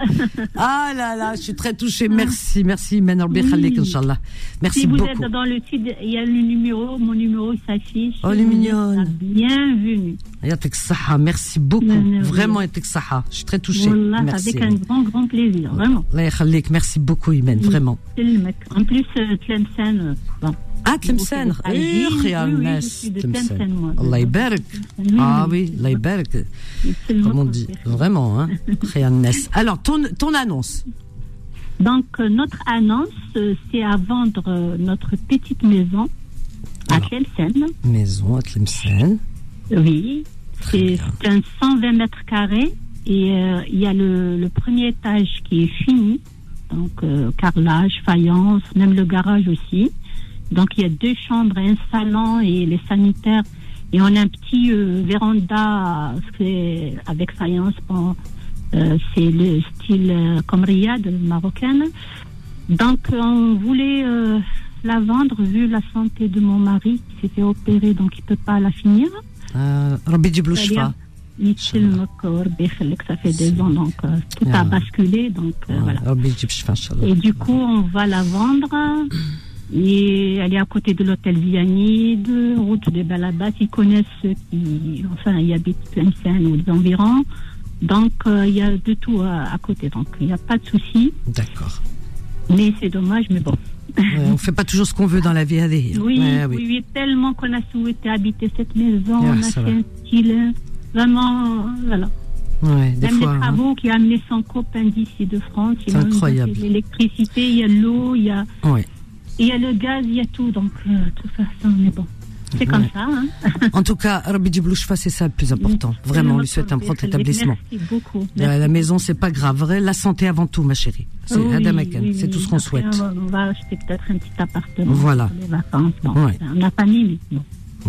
Speaker 2: Ah là là, je suis très touchée. Merci, merci Imen. Rabbi Khalik, Inch'Allah. Merci
Speaker 6: Ah. si vous
Speaker 2: beaucoup.
Speaker 6: êtes dans le sud, il y a le numéro, mon numéro il s'affiche.
Speaker 2: Oh, elle est mignonne.
Speaker 6: Bienvenue.
Speaker 2: Yatik Saha, merci beaucoup.
Speaker 6: Non, non,
Speaker 2: Vraiment Yatik Saha. Je suis très touchée.
Speaker 6: Voilà,
Speaker 2: merci.
Speaker 6: avec un grand grand plaisir, vraiment.
Speaker 2: Allah yakhalik, Merci beaucoup Imen, vraiment.
Speaker 6: Filmek. En plus, euh, Tlemcen, euh, bon,
Speaker 2: Ah, Tlemcen.
Speaker 6: Ah, oui,
Speaker 2: Eh,
Speaker 6: oui, oui,
Speaker 2: Nas,
Speaker 6: je suis de
Speaker 2: Tlemcen.
Speaker 6: Tlemcen, moi.
Speaker 2: Allah ybarak.
Speaker 6: Oui,
Speaker 2: Ah
Speaker 6: oui,
Speaker 2: oui, Allah ybarak.
Speaker 6: c'est le
Speaker 2: Comme on
Speaker 6: mot
Speaker 2: dit,
Speaker 6: préféré.
Speaker 2: vraiment, hein. Khayran Nas. Alors, ton, ton annonce.
Speaker 6: Donc, euh, notre annonce, euh, c'est à vendre euh, notre petite maison à
Speaker 2: Alors.
Speaker 6: Tlemcen.
Speaker 2: Maison à Tlemcen.
Speaker 6: Oui,
Speaker 2: Très
Speaker 6: c'est
Speaker 2: bien.
Speaker 6: c'est un 120 mètres carrés et euh, il y a le, le premier étage qui est fini, donc euh, carrelage, faïence, même le garage aussi. Donc il y a deux chambres, un salon et les sanitaires. Et on a un petit euh, véranda c'est avec faïence. Bon, euh, c'est le style euh, comme Riyad marocaine. Donc on voulait euh, la vendre vu la santé de mon mari qui s'est fait opérer, donc il peut pas la finir.
Speaker 2: Euh, Rabbi Djibril
Speaker 6: C'est-à-dire,
Speaker 2: Shfa.
Speaker 6: Michel corps, ça fait deux ans, donc euh, tout
Speaker 2: Ah.
Speaker 6: a basculé, donc euh, voilà.
Speaker 2: Rabbi Djibril Shfa, Inch'Allah.
Speaker 6: Et du coup, on va la vendre. Et elle est à côté de l'hôtel Vianney, de route de Balabas. Ils connaissent ceux qui, enfin, y habitent plein de Seine ou les environs. Donc, euh, il y a de tout à, à côté. Donc, il n'y a pas de souci.
Speaker 2: D'accord.
Speaker 6: Mais c'est dommage, mais bon.
Speaker 2: Ouais, on fait pas toujours ce qu'on veut dans la vie, Adé.
Speaker 6: Oui,
Speaker 2: Ouais,
Speaker 6: oui, oui, tellement qu'on a souhaité habiter cette maison.
Speaker 2: Ah,
Speaker 6: on a
Speaker 2: ça
Speaker 6: fait
Speaker 2: va.
Speaker 6: un style euh, vraiment, voilà.
Speaker 2: Ouais, des
Speaker 6: Même
Speaker 2: fois,
Speaker 6: les
Speaker 2: hein.
Speaker 6: travaux qui a amené son copain d'ici de France. il a amené
Speaker 2: Incroyable.
Speaker 6: L'électricité, il y a l'eau, il y a...
Speaker 2: Ouais.
Speaker 6: Il y a le gaz, il y a tout, donc euh, tout ça, ça, mais bon. C'est comme ça. Hein.
Speaker 2: En tout cas, Rabbi Djibril Shfa, c'est ça le plus important. Vraiment, on lui souhaite un prompt établissement.
Speaker 6: Merci beaucoup.
Speaker 2: La, la maison, c'est pas grave. Vrai, La santé avant tout, ma chérie. C'est
Speaker 6: Oui,
Speaker 2: Adam Aken,
Speaker 6: oui,
Speaker 2: c'est
Speaker 6: oui.
Speaker 2: tout ce qu'on
Speaker 6: Après,
Speaker 2: souhaite.
Speaker 6: On va, on va acheter peut-être un petit appartement.
Speaker 2: Voilà.
Speaker 6: pour Les vacances, bon,
Speaker 2: Ouais.
Speaker 6: on n'a pas mis, mais bon.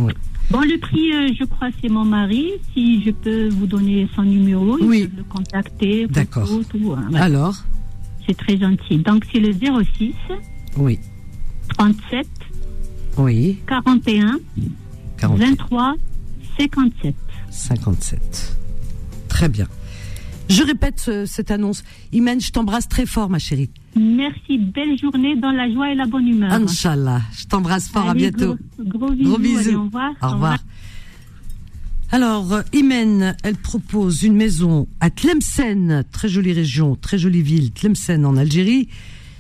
Speaker 2: Oui.
Speaker 6: Bon, le prix, euh, je crois, c'est mon mari. Si je peux vous donner son numéro, ils
Speaker 2: Oui.
Speaker 6: peuvent le contacter. pour
Speaker 2: D'accord.
Speaker 6: tout, tout, hein, voilà.
Speaker 2: Alors,
Speaker 6: C'est très gentil. Donc, c'est le 06
Speaker 2: oui,
Speaker 6: 37
Speaker 2: oui,
Speaker 6: 41
Speaker 2: 47,
Speaker 6: 23 57.
Speaker 2: 57. Très bien. Je répète ce- cette annonce. Imen, je t'embrasse très fort, ma chérie.
Speaker 6: Merci, belle journée dans la joie et la bonne humeur.
Speaker 2: Inch'Allah, je t'embrasse fort, à
Speaker 6: Allez,
Speaker 2: bientôt.
Speaker 6: Gros, gros bisous.
Speaker 2: Gros bisous.
Speaker 6: allez, au revoir.
Speaker 2: Au revoir. Alors, euh, Imen, elle propose une maison à Tlemcen, très jolie région, très jolie ville, Tlemcen en Algérie.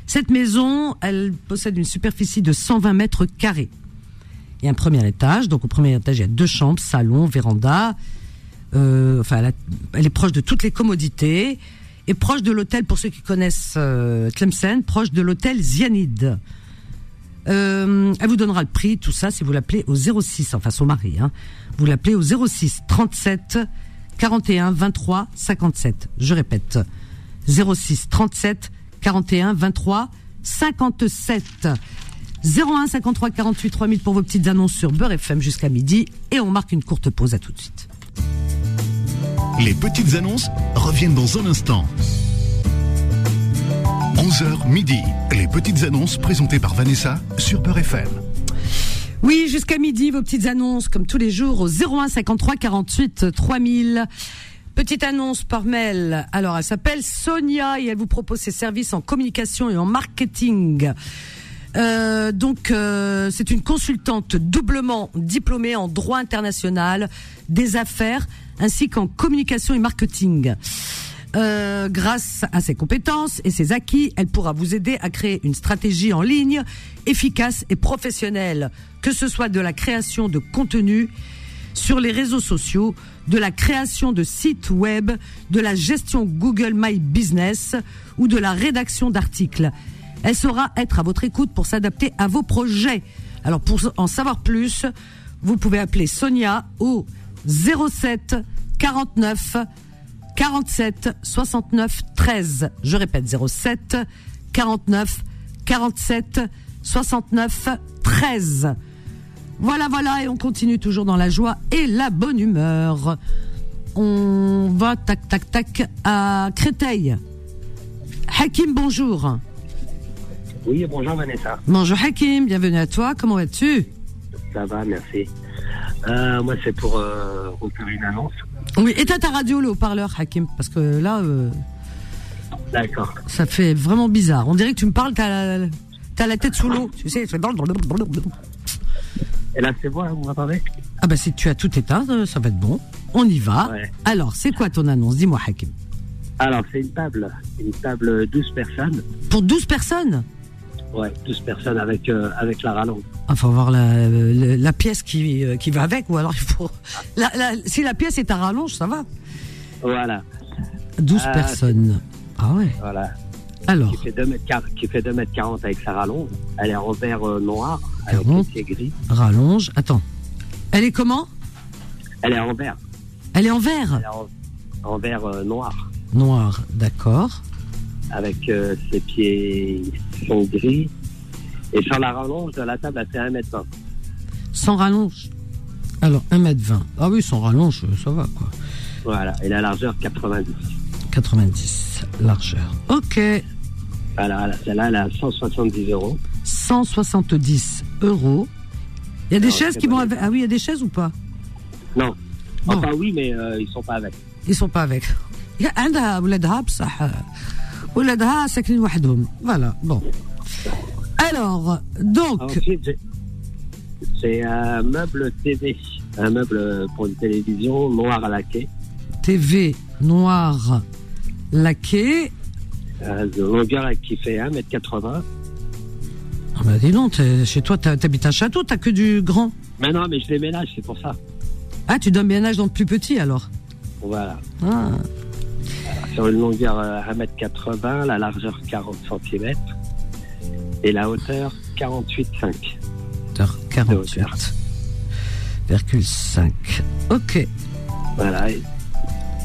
Speaker 2: Cette maison, elle possède une superficie de 120 mètres carrés. Il y a un premier étage, donc au premier étage, il y a deux chambres, salon, véranda. Euh, enfin, elle, a- elle est proche de toutes les commodités et proche de l'hôtel, pour ceux qui connaissent euh, Tlemcen, proche de l'hôtel Zianide. Euh, elle vous donnera le prix, tout ça, si vous l'appelez au 06, enfin son mari, hein. Vous l'appelez au 06 37 41 23 57. Je répète. 06 37 41 23 57. 01 53 48 3000 pour vos petites annonces sur Beurre FM jusqu'à midi. Et on marque une courte pause. À tout de suite.
Speaker 1: Les petites annonces reviennent dans un instant. 11h midi, les petites annonces présentées par Vanessa sur Peur FM.
Speaker 2: Oui, jusqu'à midi, vos petites annonces, comme tous les jours, au 01 53 48 3000. Petite annonce par mail. Alors, elle s'appelle Sonia et elle vous propose ses services en communication et en marketing. Euh, donc, euh, c'est une consultante doublement diplômée en droit international, des affaires, ainsi qu'en communication et marketing. Euh, grâce à ses compétences et ses acquis, elle pourra vous aider à créer une stratégie en ligne efficace et professionnelle, que ce soit de la création de contenu sur les réseaux sociaux, de la création de sites web, de la gestion Google My Business ou de la rédaction d'articles. Elle saura être à votre écoute pour s'adapter à vos projets. Alors pour en savoir plus, vous pouvez appeler Sonia au 07 49 47 69 13. Je répète 07 49 47 69 13. Voilà, voilà, et on continue toujours dans la joie et la bonne humeur. On va tac tac tac à Créteil. Hakim, bonjour.
Speaker 7: Oui, bonjour Vanessa.
Speaker 2: Bonjour Hakim, bienvenue à toi. Comment vas-tu
Speaker 7: Ça va, merci. Euh, moi, c'est pour euh, refaire une annonce.
Speaker 2: Oui, éteins ta radio, le haut-parleur, Hakim, parce que là, euh,
Speaker 7: D'accord.
Speaker 2: ça fait vraiment bizarre. On dirait que tu me parles, t'as la, t'as la tête sous l'eau. Tu sais, c'est-
Speaker 7: Et là, c'est bon, hein, vous m'entendez
Speaker 2: Ah bah si tu as tout éteint, euh, ça va être bon. On y va.
Speaker 7: Ouais.
Speaker 2: Alors, c'est quoi ton annonce Dis-moi, Hakim.
Speaker 7: Alors, c'est une table. Une table 12 personnes.
Speaker 2: Pour 12 personnes
Speaker 7: Ouais, 12 personnes avec, euh, avec la rallonge.
Speaker 2: Il Ah, faut avoir la, la- la pièce qui, euh, qui va avec, ou alors il faut. la- la- si la pièce est à rallonge, ça va.
Speaker 7: Voilà,
Speaker 2: 12
Speaker 7: Ah,
Speaker 2: personnes. Ah ouais.
Speaker 7: voilà.
Speaker 2: Alors,
Speaker 7: Qui fait 2 mètres, quar- qui fait 2 mètres 40 avec sa rallonge. Elle est en verre euh, noir, avec
Speaker 2: Quarante.
Speaker 7: les pieds gris.
Speaker 2: rallonge. Attends. Elle est comment
Speaker 7: Elle est en verre.
Speaker 2: Elle est en verre.
Speaker 7: Elle est en, en verre euh, noir,
Speaker 2: Noir, d'accord.
Speaker 7: avec euh, ses pieds qui sont gris. Et sur la rallonge de la table, elle fait 1m20.
Speaker 2: Sans rallonge Alors, 1m20. Ah oui, sans rallonge, ça va, quoi.
Speaker 7: Voilà. Et la largeur, 90.
Speaker 2: 90, largeur. Ok,
Speaker 7: Voilà, elle a- Ah, celle-là, elle a 170 euros.
Speaker 2: 170 euros. Il y a des
Speaker 7: Alors,
Speaker 2: chaises
Speaker 7: c'est
Speaker 2: qui
Speaker 7: bon.
Speaker 2: vont avec. Ah oui, il y a des chaises ou pas
Speaker 7: Non.
Speaker 2: Non.
Speaker 7: Enfin, oui, mais euh, ils sont pas avec.
Speaker 2: Ils sont pas avec. Il y a عندها ولادها بصح ولادها ساكنين وحدهم. Voilà, bon. Alors, donc,
Speaker 7: Ensuite, Ah, j'ai- j'ai un meuble TV. Un meuble pour une télévision noire à laqué,
Speaker 2: TV noir laqué.
Speaker 7: euh, de longueur qui fait 1m80.
Speaker 2: Ah bah dis donc, t'es- chez toi, t'as- t'habites un château, t'as que du grand.
Speaker 7: Mais non, mais je déménage, c'est pour ça.
Speaker 2: Ah, tu donnes bien âge dans le plus petit alors
Speaker 7: Voilà.
Speaker 2: Ah,
Speaker 7: Sur une longueur euh, 1m80, la largeur 40 cm et la hauteur 48,5.
Speaker 2: 48. Virgule 5. Ok,
Speaker 7: Voilà. Et,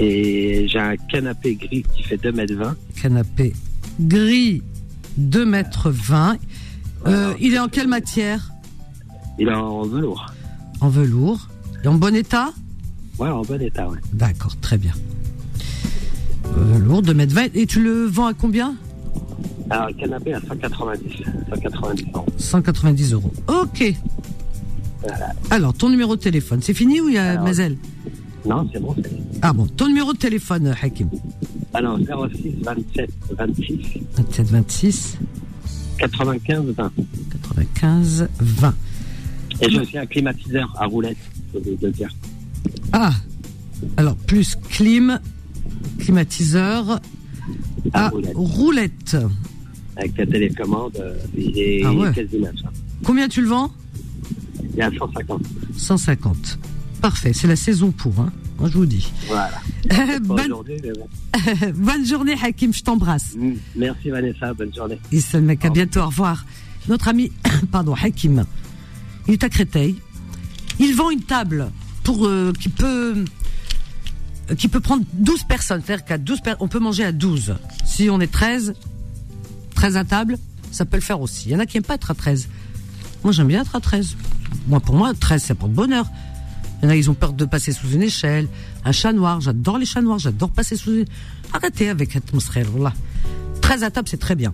Speaker 7: et j'ai un canapé gris qui fait 2m20.
Speaker 2: canapé gris, 2 mètres 20. Euh, il est en quelle matière
Speaker 7: Il est en velours.
Speaker 2: En velours. Il est en bon état
Speaker 7: Ouais, en bon état, ouais.
Speaker 2: D'accord, très bien. Velours, 2 mètres 20. Et tu le vends à combien
Speaker 7: Alors, le canapé à 190. 190 euros.
Speaker 2: 190 euros. Ok. Alors, ton numéro de téléphone, c'est fini ou il y a
Speaker 7: Alors-
Speaker 2: Mazel
Speaker 7: Non, c'est bon. c'est-
Speaker 2: Ah bon, ton numéro de téléphone, euh, Hakim.
Speaker 7: Alors, 06 27 26
Speaker 2: 27 26
Speaker 7: 95 20.
Speaker 2: euh, 95 20.
Speaker 7: Et j'ai aussi un climatiseur à roulette, je voulais le dire.
Speaker 2: Ah Alors, plus clim, climatiseur
Speaker 7: À
Speaker 2: à
Speaker 7: roulette.
Speaker 2: roulette.
Speaker 7: Avec la télécommande, euh, il est
Speaker 2: Ah ouais.
Speaker 7: quasiment ça.
Speaker 2: Combien tu le vends
Speaker 7: hein. Il est à 150.
Speaker 2: 150. Parfait, c'est la saison pour, hein. Moi, je vous dis.
Speaker 7: Voilà.
Speaker 2: Euh,
Speaker 7: Peut-être pas
Speaker 2: bonne,
Speaker 7: aujourd'hui, mais bon.
Speaker 2: bonne journée, Hakim, je t'embrasse.
Speaker 7: Mm. Merci Vanessa, bonne journée.
Speaker 2: Et ça mec, à
Speaker 7: Au revoir.
Speaker 2: bientôt, au revoir. Notre ami, pardon, Hakim, il est à Créteil. Il vend une table pour, euh, qui peut euh, qui peut prendre 12 personnes. C'est-à-dire qu'à 12 per- on peut manger à 12. Si on est 13, 13 à table, ça peut le faire aussi. Il y en a qui n'aiment pas être à 13. Moi, j'aime bien être à 13. Moi, pour moi, 13, ça porte bonheur. Il y en a, ils ont peur de passer sous une échelle. Un chat noir, j'adore les chats noirs, j'adore passer sous une... Arrêtez avec cette monstre, là. 13 à table, c'est très bien.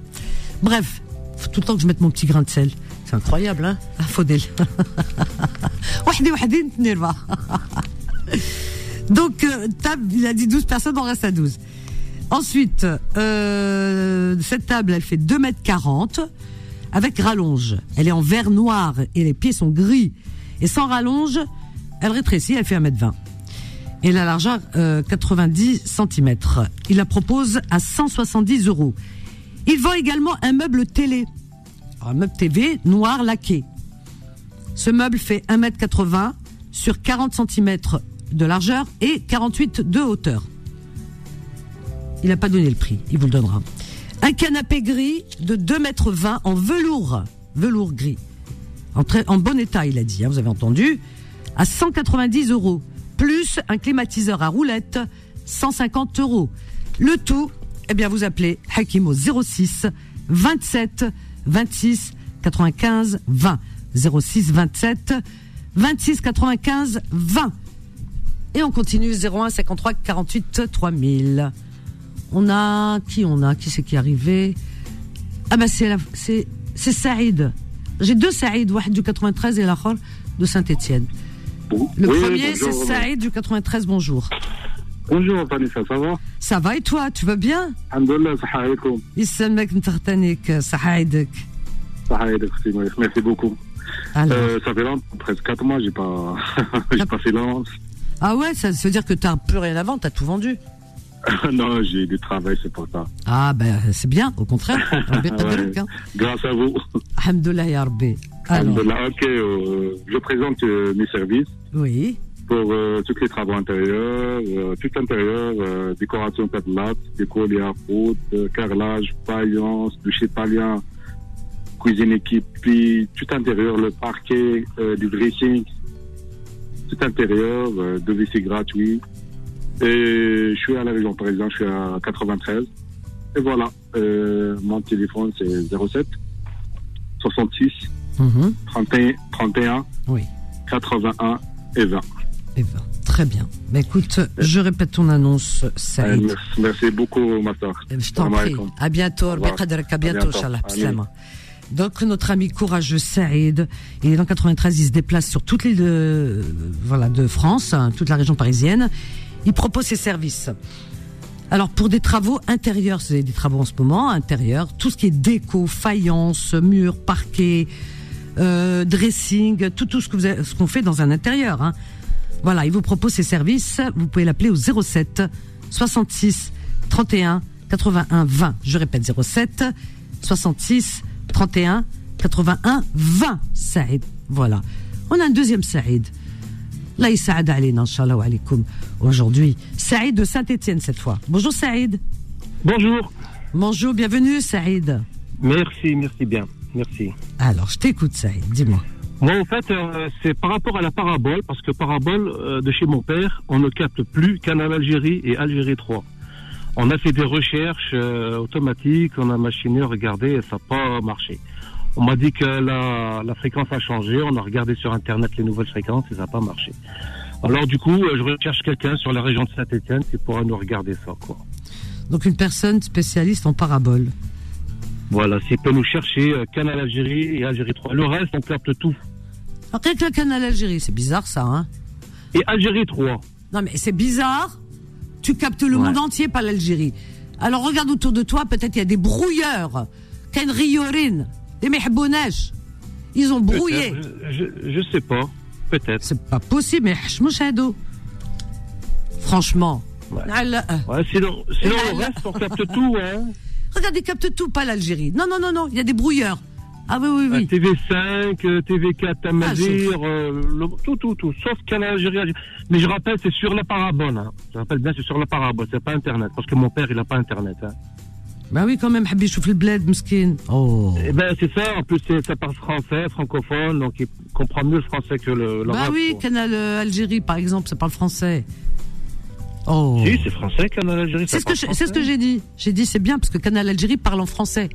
Speaker 2: Bref, faut tout le temps que je mette mon petit grain de sel. C'est incroyable, hein Ah, Faudel. Wahdi, wahdi, tenez le voir. Donc, euh, table, il a dit 12 personnes, on reste à 12. Ensuite, euh, cette table, elle fait 2 mètres 40 avec rallonge. Elle est en verre noir et les pieds sont gris. Et sans rallonge, elle rétrécit, elle fait 1 mètre 20. Et la largeur, euh, 90 cm. Il la propose à 170 euros. Il vend également un meuble télé. Alors, un meuble TV noir laqué. Ce meuble fait 1m80 sur 40 cm de largeur et 48 de hauteur. Il n'a pas donné le prix, il vous le donnera. Un canapé gris de 2m20 en velours, velours gris. En, très- en bon état, il a dit, hein, vous avez entendu, à 190 euros, plus un climatiseur à roulette, 150 euros. Le tout, eh bien, vous appelez Hakim au 06 27 26 95 20. 06 27 26 95 20. Et on continue 01 53 48 3000. On a qui on a qui c'est qui est arrivé Ah bah c'est la- c'est c'est Saïd. J'ai deux Saïd, un du 93 et l'autre de Saint-Étienne. Le
Speaker 8: Oui,
Speaker 2: premier c'est
Speaker 8: bonjour.
Speaker 2: Saïd du 93. Bonjour.
Speaker 8: Bonjour Vanessa, ça va
Speaker 2: Ça va et toi Tu vas bien
Speaker 8: Alhamdoulilah, صحة عليكم
Speaker 2: يسلمك نتغتنيك صحة عيدك
Speaker 8: صحة عليك اختي مريم. merci beaucoup.
Speaker 2: Alors.
Speaker 8: Euh, ça fait longtemps, presque 4 mois, j'ai pas, j'ai pas fait l'annonce.
Speaker 2: Ah ouais, ça veut dire que t'as plus rien à vendre, t'as tout vendu.
Speaker 8: non, j'ai du travail, c'est pour ça.
Speaker 2: Ah ben c'est bien, au contraire.
Speaker 8: Ouais. Grâce à vous.
Speaker 2: Alhamdoulilah ya Rabbi. Alors,
Speaker 8: Alhamdoulilah. ok, euh, je présente euh, mes services
Speaker 2: oui,
Speaker 8: pour euh, tous les travaux intérieurs, euh, tout intérieur, euh, décoration perlate, déco à route, euh, carrelage, faïence, duché palien, cuisine équipe, puis tout intérieur, le parquet, euh, du dressing, tout intérieur, euh, de WC gratuit. Et je suis à la région parisienne, je suis à 93. Et voilà, euh, mon téléphone c'est 07 66,
Speaker 2: Mhm.
Speaker 8: 31, 31,
Speaker 2: Oui.
Speaker 8: 81 et 20.
Speaker 2: Eh ben, très bien. Bah, écoute, je répète ton annonce,
Speaker 8: Euh,
Speaker 2: Saïd.
Speaker 8: merci- merci beaucoup, ma soeur.
Speaker 2: Euh, Je t'en prie. À bientôt,
Speaker 8: revoir.
Speaker 2: Rabbi Qadarka, à
Speaker 8: À
Speaker 2: bientôt,
Speaker 8: bientôt.
Speaker 2: Inch'Allah.
Speaker 8: Amin.
Speaker 2: Bislama. Donc, notre ami courageux Saïd, il est dans 93, il se déplace sur toute l'île de, euh, voilà, de France, hein, toute la région parisienne. Il propose ses services. Alors, pour des travaux intérieurs, c'est des travaux en ce moment, intérieurs, tout ce qui est déco, faïence, mur, parquet, euh, dressing, tout, tout ce que vous avez- ce qu'on fait dans un intérieur. hein. Voilà, il vous propose ses services. Vous pouvez l'appeler au 07 66 31 81 20. Je répète 07 66 31 81 20. Saïd, voilà. On a un deuxième Saïd. Là, il s'aide à Inch'Allah wa alaikum. Aujourd'hui, Saïd de Saint-Etienne cette fois. Bonjour Saïd.
Speaker 9: Bonjour.
Speaker 2: Bonjour, bienvenue Saïd.
Speaker 9: Merci, merci bien. Merci.
Speaker 2: Alors, je t'écoute Saïd, dis-moi.
Speaker 9: Moi, en fait, euh, c'est par rapport à la parabole, parce que parabole, euh, de chez mon père, on ne capte plus Canal Algérie et Algérie 3. On a fait des recherches euh, automatiques, on a machiné, regardé, et ça n'a pas marché. On m'a dit que la, la fréquence a changé, on a regardé sur Internet les nouvelles fréquences et ça n'a pas marché. Alors du coup, euh, je recherche quelqu'un sur la région de Saint-Etienne qui pourra nous regarder ça, quoi.
Speaker 2: Donc, une personne spécialiste en parabole.
Speaker 9: Voilà, s'il peut nous chercher euh, Canal Algérie et Algérie 3. Le reste, on capte tout.
Speaker 2: Après, avec le canal Algérie, c'est bizarre ça, hein
Speaker 9: Et Algérie 3.
Speaker 2: Non, mais c'est bizarre. Tu captes le
Speaker 9: Ouais.
Speaker 2: monde entier, pas l'Algérie. Alors regarde autour de toi, peut-être il y a des brouilleurs. Ken Riorin, des Mehbounesh. Ils ont brouillé.
Speaker 9: Peut-être, Je, je, je sais pas. Peut-être.
Speaker 2: C'est pas possible, mais Hachmouchado. Franchement. Ah,
Speaker 9: Ouais.
Speaker 2: Allah.
Speaker 9: Ouais, sinon, sinon le
Speaker 2: Ah, Là, là.
Speaker 9: reste, on capte tout. Hein.
Speaker 2: Regarde, ils captent tout, pas l'Algérie. Non, non, non, non, il y a des brouilleurs. Ah oui, oui, Ah,
Speaker 9: Euh,
Speaker 2: oui.
Speaker 9: TV5, euh, TV4, Tamazir, euh, le- tout, tout, tout. Sauf Canal Algérie. Algérie. Mais je rappelle, c'est sur la parabole. Hein. Je rappelle bien, c'est sur la parabole. C'est pas Internet. Parce que mon père, il a pas Internet. Hein.
Speaker 2: Bah oui, quand même, Habi le Bled, Mskin. Oh.
Speaker 9: Et ben, c'est ça. En plus, c'est- ça parle français, francophone. Donc, il comprend mieux le français que le.
Speaker 2: Bah
Speaker 9: l'arabe,
Speaker 2: oui,
Speaker 9: quoi.
Speaker 2: Canal euh, Algérie, par exemple, ça parle français. Oh.
Speaker 9: Si, c'est français, Canal Algérie. ça
Speaker 2: C'est ce que
Speaker 9: parle
Speaker 2: je- c'est ce que
Speaker 9: français.
Speaker 2: j'ai dit. J'ai dit c'est bien parce que Canal Algérie parle en français.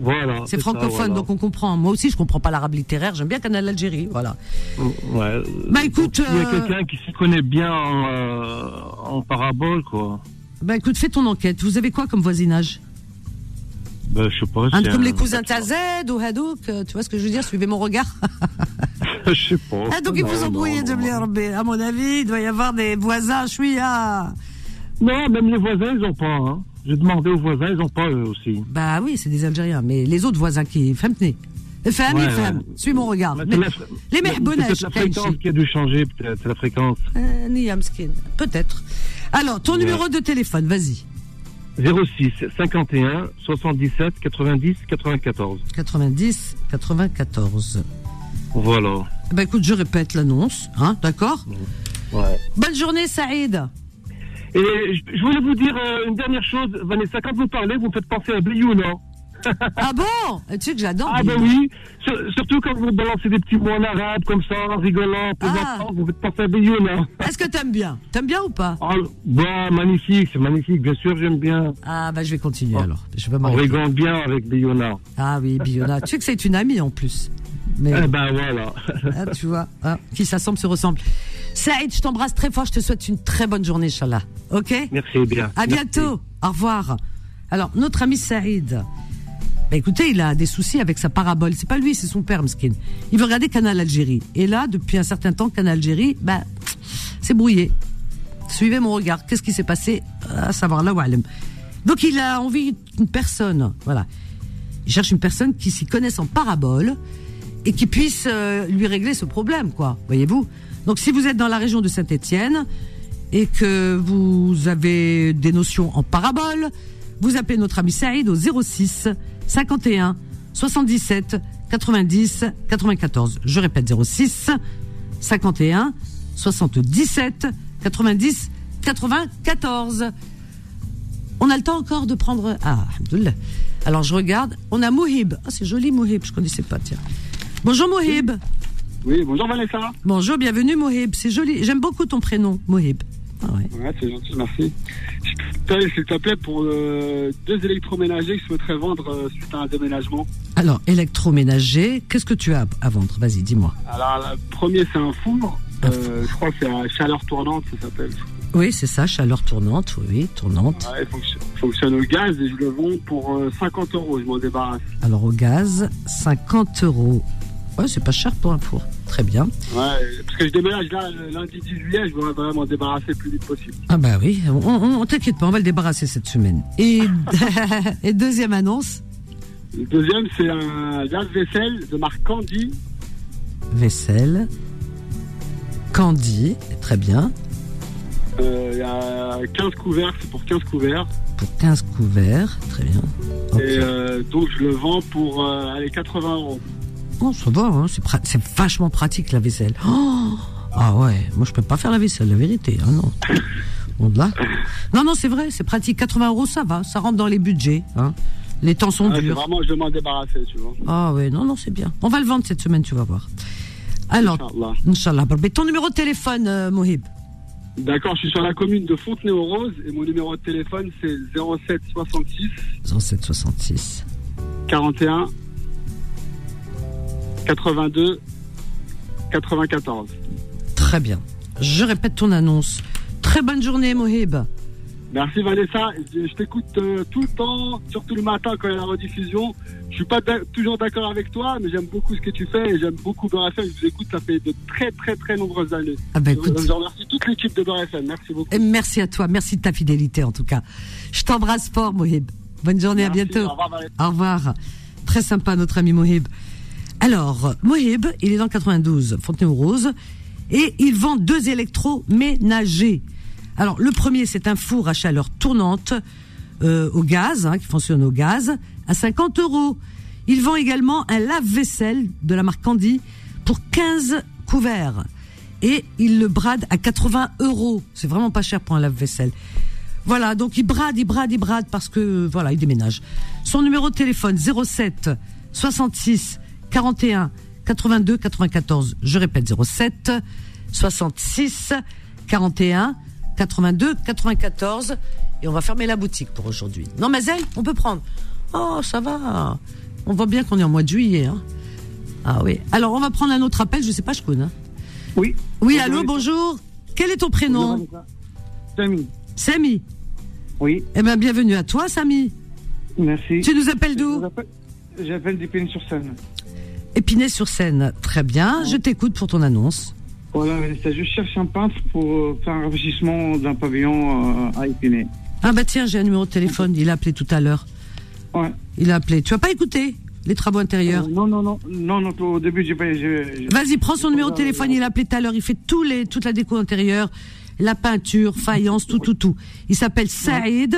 Speaker 9: Voilà.
Speaker 2: C'est
Speaker 9: ça,
Speaker 2: francophone
Speaker 9: voilà.
Speaker 2: donc on comprend. Moi aussi je comprends pas l'arabe littéraire, j'aime bien Canal Algérie, voilà.
Speaker 9: Ouais.
Speaker 2: Bah, écoute,
Speaker 9: Donc, s'il y a
Speaker 2: euh,
Speaker 9: quelqu'un qui se connaît bien en, euh, en parabole, quoi.
Speaker 2: Bah écoute, fais ton enquête. Vous avez quoi comme voisinage
Speaker 9: Bah, je sais pas.
Speaker 2: Un
Speaker 9: c'est
Speaker 2: comme
Speaker 9: un-
Speaker 2: les cousins Tazed ou Hadouk, euh, tu vois ce que je veux dire Suivez mon regard.
Speaker 9: Oh, je sais pas.
Speaker 2: Ah, donc ils
Speaker 9: Non,
Speaker 2: vous
Speaker 9: non,
Speaker 2: embrouillez de
Speaker 9: non.
Speaker 2: blé À mon avis, il doit y avoir des voisins ah. chouïa.
Speaker 9: Non, même les voisins, ils ont pas. Hein. J'ai demandé aux voisins, ils ont pas eux aussi.
Speaker 2: Bah oui, c'est des Algériens, mais les autres voisins qui femteni. Femme,
Speaker 9: Ouais,
Speaker 2: femme,
Speaker 9: ouais.
Speaker 2: suis mon regard.
Speaker 9: Mais
Speaker 2: Mais-
Speaker 9: c'est la-
Speaker 2: Les
Speaker 9: mais
Speaker 2: Mehbounesh,
Speaker 9: C'est peut-être la fréquence qui a dû changer, peut-être, la fréquence.
Speaker 2: Euh, Nia Mskine, peut-être. Alors, ton
Speaker 9: Ouais.
Speaker 2: numéro de téléphone, vas-y.
Speaker 9: 06 51 77 90 94.
Speaker 2: 90 94.
Speaker 9: Voilà.
Speaker 2: Ben écoute, je répète l'annonce, hein, d'accord
Speaker 9: Ouais.
Speaker 2: Bonne journée Saïd.
Speaker 9: Et je je voulais vous dire euh, une dernière chose, Vanessa, quand vous parlez, vous me faites penser à Bliouna.
Speaker 2: Ah bon Tu sais que j'adore.
Speaker 9: Ah
Speaker 2: Bill.
Speaker 9: ben oui, Sur- surtout quand vous balancez des petits mots en arabe comme ça, en rigolant,
Speaker 2: Ah.
Speaker 9: plaisantant, vous faites penser à Beyona.
Speaker 2: Est-ce que t'aimes bien T'aimes bien ou pas
Speaker 9: hein. Ah, bah, magnifique, c'est magnifique, bien sûr j'aime bien.
Speaker 2: Ah ben je vais continuer
Speaker 9: Oh.
Speaker 2: alors. Je vais
Speaker 9: On
Speaker 2: m'arrêter.
Speaker 9: rigole bien avec Beyona.
Speaker 2: Ah oui, Biona. tu sais que c'est une amie en plus. Mais
Speaker 9: Eh ben voilà.
Speaker 2: ah, tu vois, hein, qui s'assemble se ressemble. Saïd, je t'embrasse très fort, je te souhaite une très bonne journée, Inch'Allah. Ok
Speaker 9: Merci bien.
Speaker 2: À
Speaker 9: Merci.
Speaker 2: bientôt. Au revoir. Alors, notre ami Saïd. Bah, écoutez, il a des soucis avec sa parabole. C'est pas lui, c'est son père, Mskin. Il veut regarder Canal Algérie. Et là, depuis un certain temps, Canal Algérie, bah, c'est brouillé. Suivez mon regard. Qu'est-ce qui s'est passé Euh, À savoir, là, wa'alam. Donc, il a envie d'une personne. Voilà. Il cherche une personne qui s'y connaisse en parabole et qui puisse euh, lui régler ce problème, quoi. Voyez-vous Donc, si vous êtes dans la région de Saint-Étienne et que vous avez des notions en parabole, vous appelez notre ami Saïd au 06 51 77 90 94. Je répète 06 51 77 90 94. On a le temps encore de prendre. Ah, alhamdoulilah. Alors je regarde. On a Mohib. Ah, c'est joli Mohib, je connaissais pas, tiens. Bonjour Mohib.
Speaker 10: Oui, bonjour Vanessa.
Speaker 2: Bonjour, bienvenue Mohib. C'est joli. J'aime beaucoup ton prénom, Mohib.
Speaker 10: Ouais, c'est gentil, merci. Je t'appelle, s'il te plaît, pour euh, deux électroménagers que je souhaiterais vendre euh, suite à un déménagement.
Speaker 2: Alors, électroménager, qu'est-ce que tu as à vendre Vas-y, dis-moi.
Speaker 10: Alors, le premier, c'est un four. Euh, je crois que c'est à chaleur tournante, ça s'appelle.
Speaker 2: Oui, c'est ça, chaleur tournante, oui, oui, tournante.
Speaker 10: Ouais, il fonc- fonctionne au gaz et je le vends pour euh, 50 euros, je m'en débarrasse.
Speaker 2: Alors, au gaz, 50 euros. Ouais, c'est pas cher pour un four. Très bien.
Speaker 10: Ouais, parce que je déménage là, le lundi 10 juillet, je voudrais vraiment m'en débarrasser le plus vite possible.
Speaker 2: Ah bah oui, on, on- on t'inquiète pas, on va le débarrasser cette semaine. Et, et deuxième annonce,
Speaker 10: Le deuxième, c'est un lave-vaisselle de marque Candy.
Speaker 2: vaisselle, candy, très bien,
Speaker 10: Euh, Il y a 15 couverts, c'est pour 15 couverts.
Speaker 2: pour 15 couverts, très bien.
Speaker 10: Et euh, donc, je le vends pour euh, allez, 80 euros.
Speaker 2: Oh, ça va, hein, c'est, pra- c'est vachement pratique la vaisselle. Oh ah ouais, moi je peux pas faire la vaisselle, la vérité. hein, non. Bon, de là. Non, non, c'est vrai, c'est pratique. 80 euros, ça va, ça rentre dans les budgets. hein. Les temps sont
Speaker 10: Ah, c'est
Speaker 2: durs.
Speaker 10: Vraiment, je vais m'en débarrasser, tu vois.
Speaker 2: Ah ouais, non, non, c'est bien. On va le vendre cette semaine, tu vas voir. Alors, Inch'Allah. Mais ton numéro de téléphone, euh, Mohib
Speaker 10: D'accord, je suis sur la commune de Fontenay-aux-Roses et mon numéro de téléphone, c'est 07 66
Speaker 2: 0766.
Speaker 10: 41 82 94.
Speaker 2: Très bien. Je répète ton annonce. Très bonne journée, Mohib.
Speaker 10: Merci Vanessa, je je t'écoute euh, tout le temps, surtout le matin quand il y a la rediffusion. Je suis pas d'ac- toujours d'accord avec toi, mais j'aime beaucoup ce que tu fais et j'aime beaucoup Beurre FM. Je vous écoute, ça fait de très très très nombreuses années.
Speaker 2: Ah ben, écoute.
Speaker 10: je, je remercie toute l'équipe de Beurre FM, merci beaucoup.
Speaker 2: Et merci à toi. Merci de ta fidélité, en tout cas. Je t'embrasse fort, Mohib. Bonne journée, à
Speaker 10: Merci,
Speaker 2: bientôt.
Speaker 10: au revoir, Valérie.
Speaker 2: Au revoir. Très sympa, notre ami Mohib. Alors, Mohib, il est dans le 92, Fontenay-aux-Roses, et il vend deux électroménagers. Alors, le premier, c'est un four à chaleur tournante euh, au gaz, hein, qui fonctionne au gaz, à 50 euros. Il vend également un lave-vaisselle de la marque Candy pour 15 couverts. Et il le brade à 80 euros. C'est vraiment pas cher pour un lave-vaisselle. Voilà, donc il brade, il brade, il brade parce que euh, voilà, il déménage. Son numéro de téléphone 07 66 41 82 94. Je répète 07 66 41 82 94 et on va fermer la boutique pour aujourd'hui. Non mais elle, on peut prendre. Oh, ça va. On voit bien qu'on est en mois de juillet hein. Ah oui. Alors on va prendre un autre appel, je sais pas je connais.
Speaker 11: Oui.
Speaker 2: Oui,
Speaker 11: Bonjour,
Speaker 2: allô,
Speaker 11: Vanessa.
Speaker 2: bonjour. Quel est ton prénom
Speaker 11: Samy.
Speaker 2: Samy
Speaker 11: Oui.
Speaker 2: Eh bien, bienvenue à toi, Samy.
Speaker 11: Merci.
Speaker 2: Tu nous appelles d'où
Speaker 11: J'appelle d'Épines-sur-Seine.
Speaker 2: Épinay-sur-Seine. Très bien, je t'écoute pour ton annonce.
Speaker 11: Voilà, Vanessa, je cherche un peintre pour euh, faire un rafraîchissement d'un pavillon euh, à Épinay.
Speaker 2: Ah bah tiens, j'ai un numéro de téléphone, il a appelé tout à l'heure.
Speaker 11: Ouais.
Speaker 2: Il a appelé. Tu as pas écouté les travaux intérieurs
Speaker 11: Euh, Non, non, non, non, non, au début, j'ai pas. j'ai- j'ai-
Speaker 2: Vas-y, prends son
Speaker 11: j'ai
Speaker 2: numéro de
Speaker 11: pas-
Speaker 2: téléphone, il a appelé tout à l'heure, il fait tous les, toute la déco intérieure, la peinture, faïence, tout, tout, tout. Il s'appelle Saïd,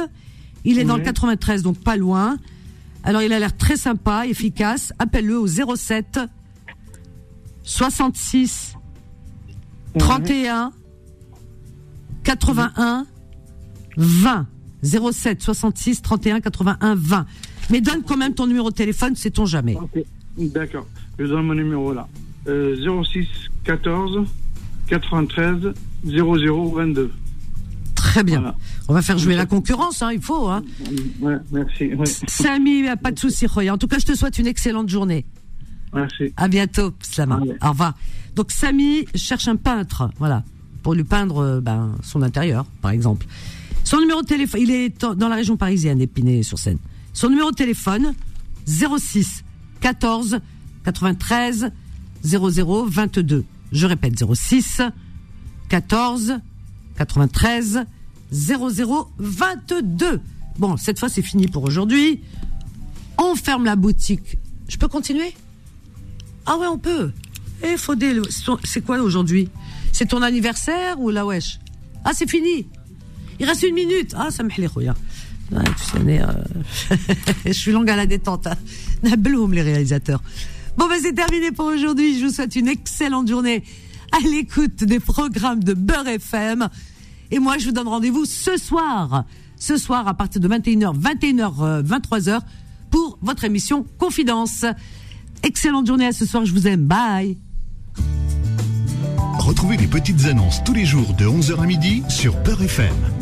Speaker 2: il est dans le
Speaker 11: Ouais.
Speaker 2: 93, donc pas loin. Alors, il a l'air très sympa, efficace. Appelle-le au 07 66 31 81 20 07 66 31 81 20. Mais donne quand même ton numéro de téléphone, sait-on jamais.
Speaker 11: D'accord, je donne mon numéro là. Euh, 06 14 93 00 22.
Speaker 2: Très bien. On va faire jouer la concurrence, hein, il faut. Hein.
Speaker 11: Ouais, merci. ouais.
Speaker 2: Samy, pas de souci, Roy. En tout cas, je te souhaite une excellente journée.
Speaker 11: Merci.
Speaker 2: À bientôt, Slama. Au revoir. Donc, Samy cherche un peintre, voilà, pour lui peindre euh, ben, son intérieur, par exemple. Son numéro de téléphone, il est en- dans la région parisienne, Épinay-sur-Seine. Son numéro de téléphone, 06 14 93 00 22. Je répète, 06 14 93 00 22. Bon, cette fois, c'est fini pour aujourd'hui. On ferme la boutique. Je peux continuer Ah ouais, on peut. Eh, Faudé, le- c'est ton- c'est quoi aujourd'hui C'est ton anniversaire ou la wesh Ah, c'est fini. Il reste une minute. Ah, ça me plaît, Khoya. Ouais, tu sais, on est, euh, je suis longue à la détente. hein. Nabloum, les réalisateurs. Bon, ben, c'est terminé pour aujourd'hui. Je vous souhaite une excellente journée à l'écoute des programmes de Beurre FM. Et moi, je vous donne rendez-vous ce soir. Ce soir, à partir de 21h, 21h, euh, 23h, pour votre émission Confidence. Excellente journée à ce soir. Je vous aime. Bye.
Speaker 1: Retrouvez les petites annonces tous les jours de 11h à midi sur Peur FM.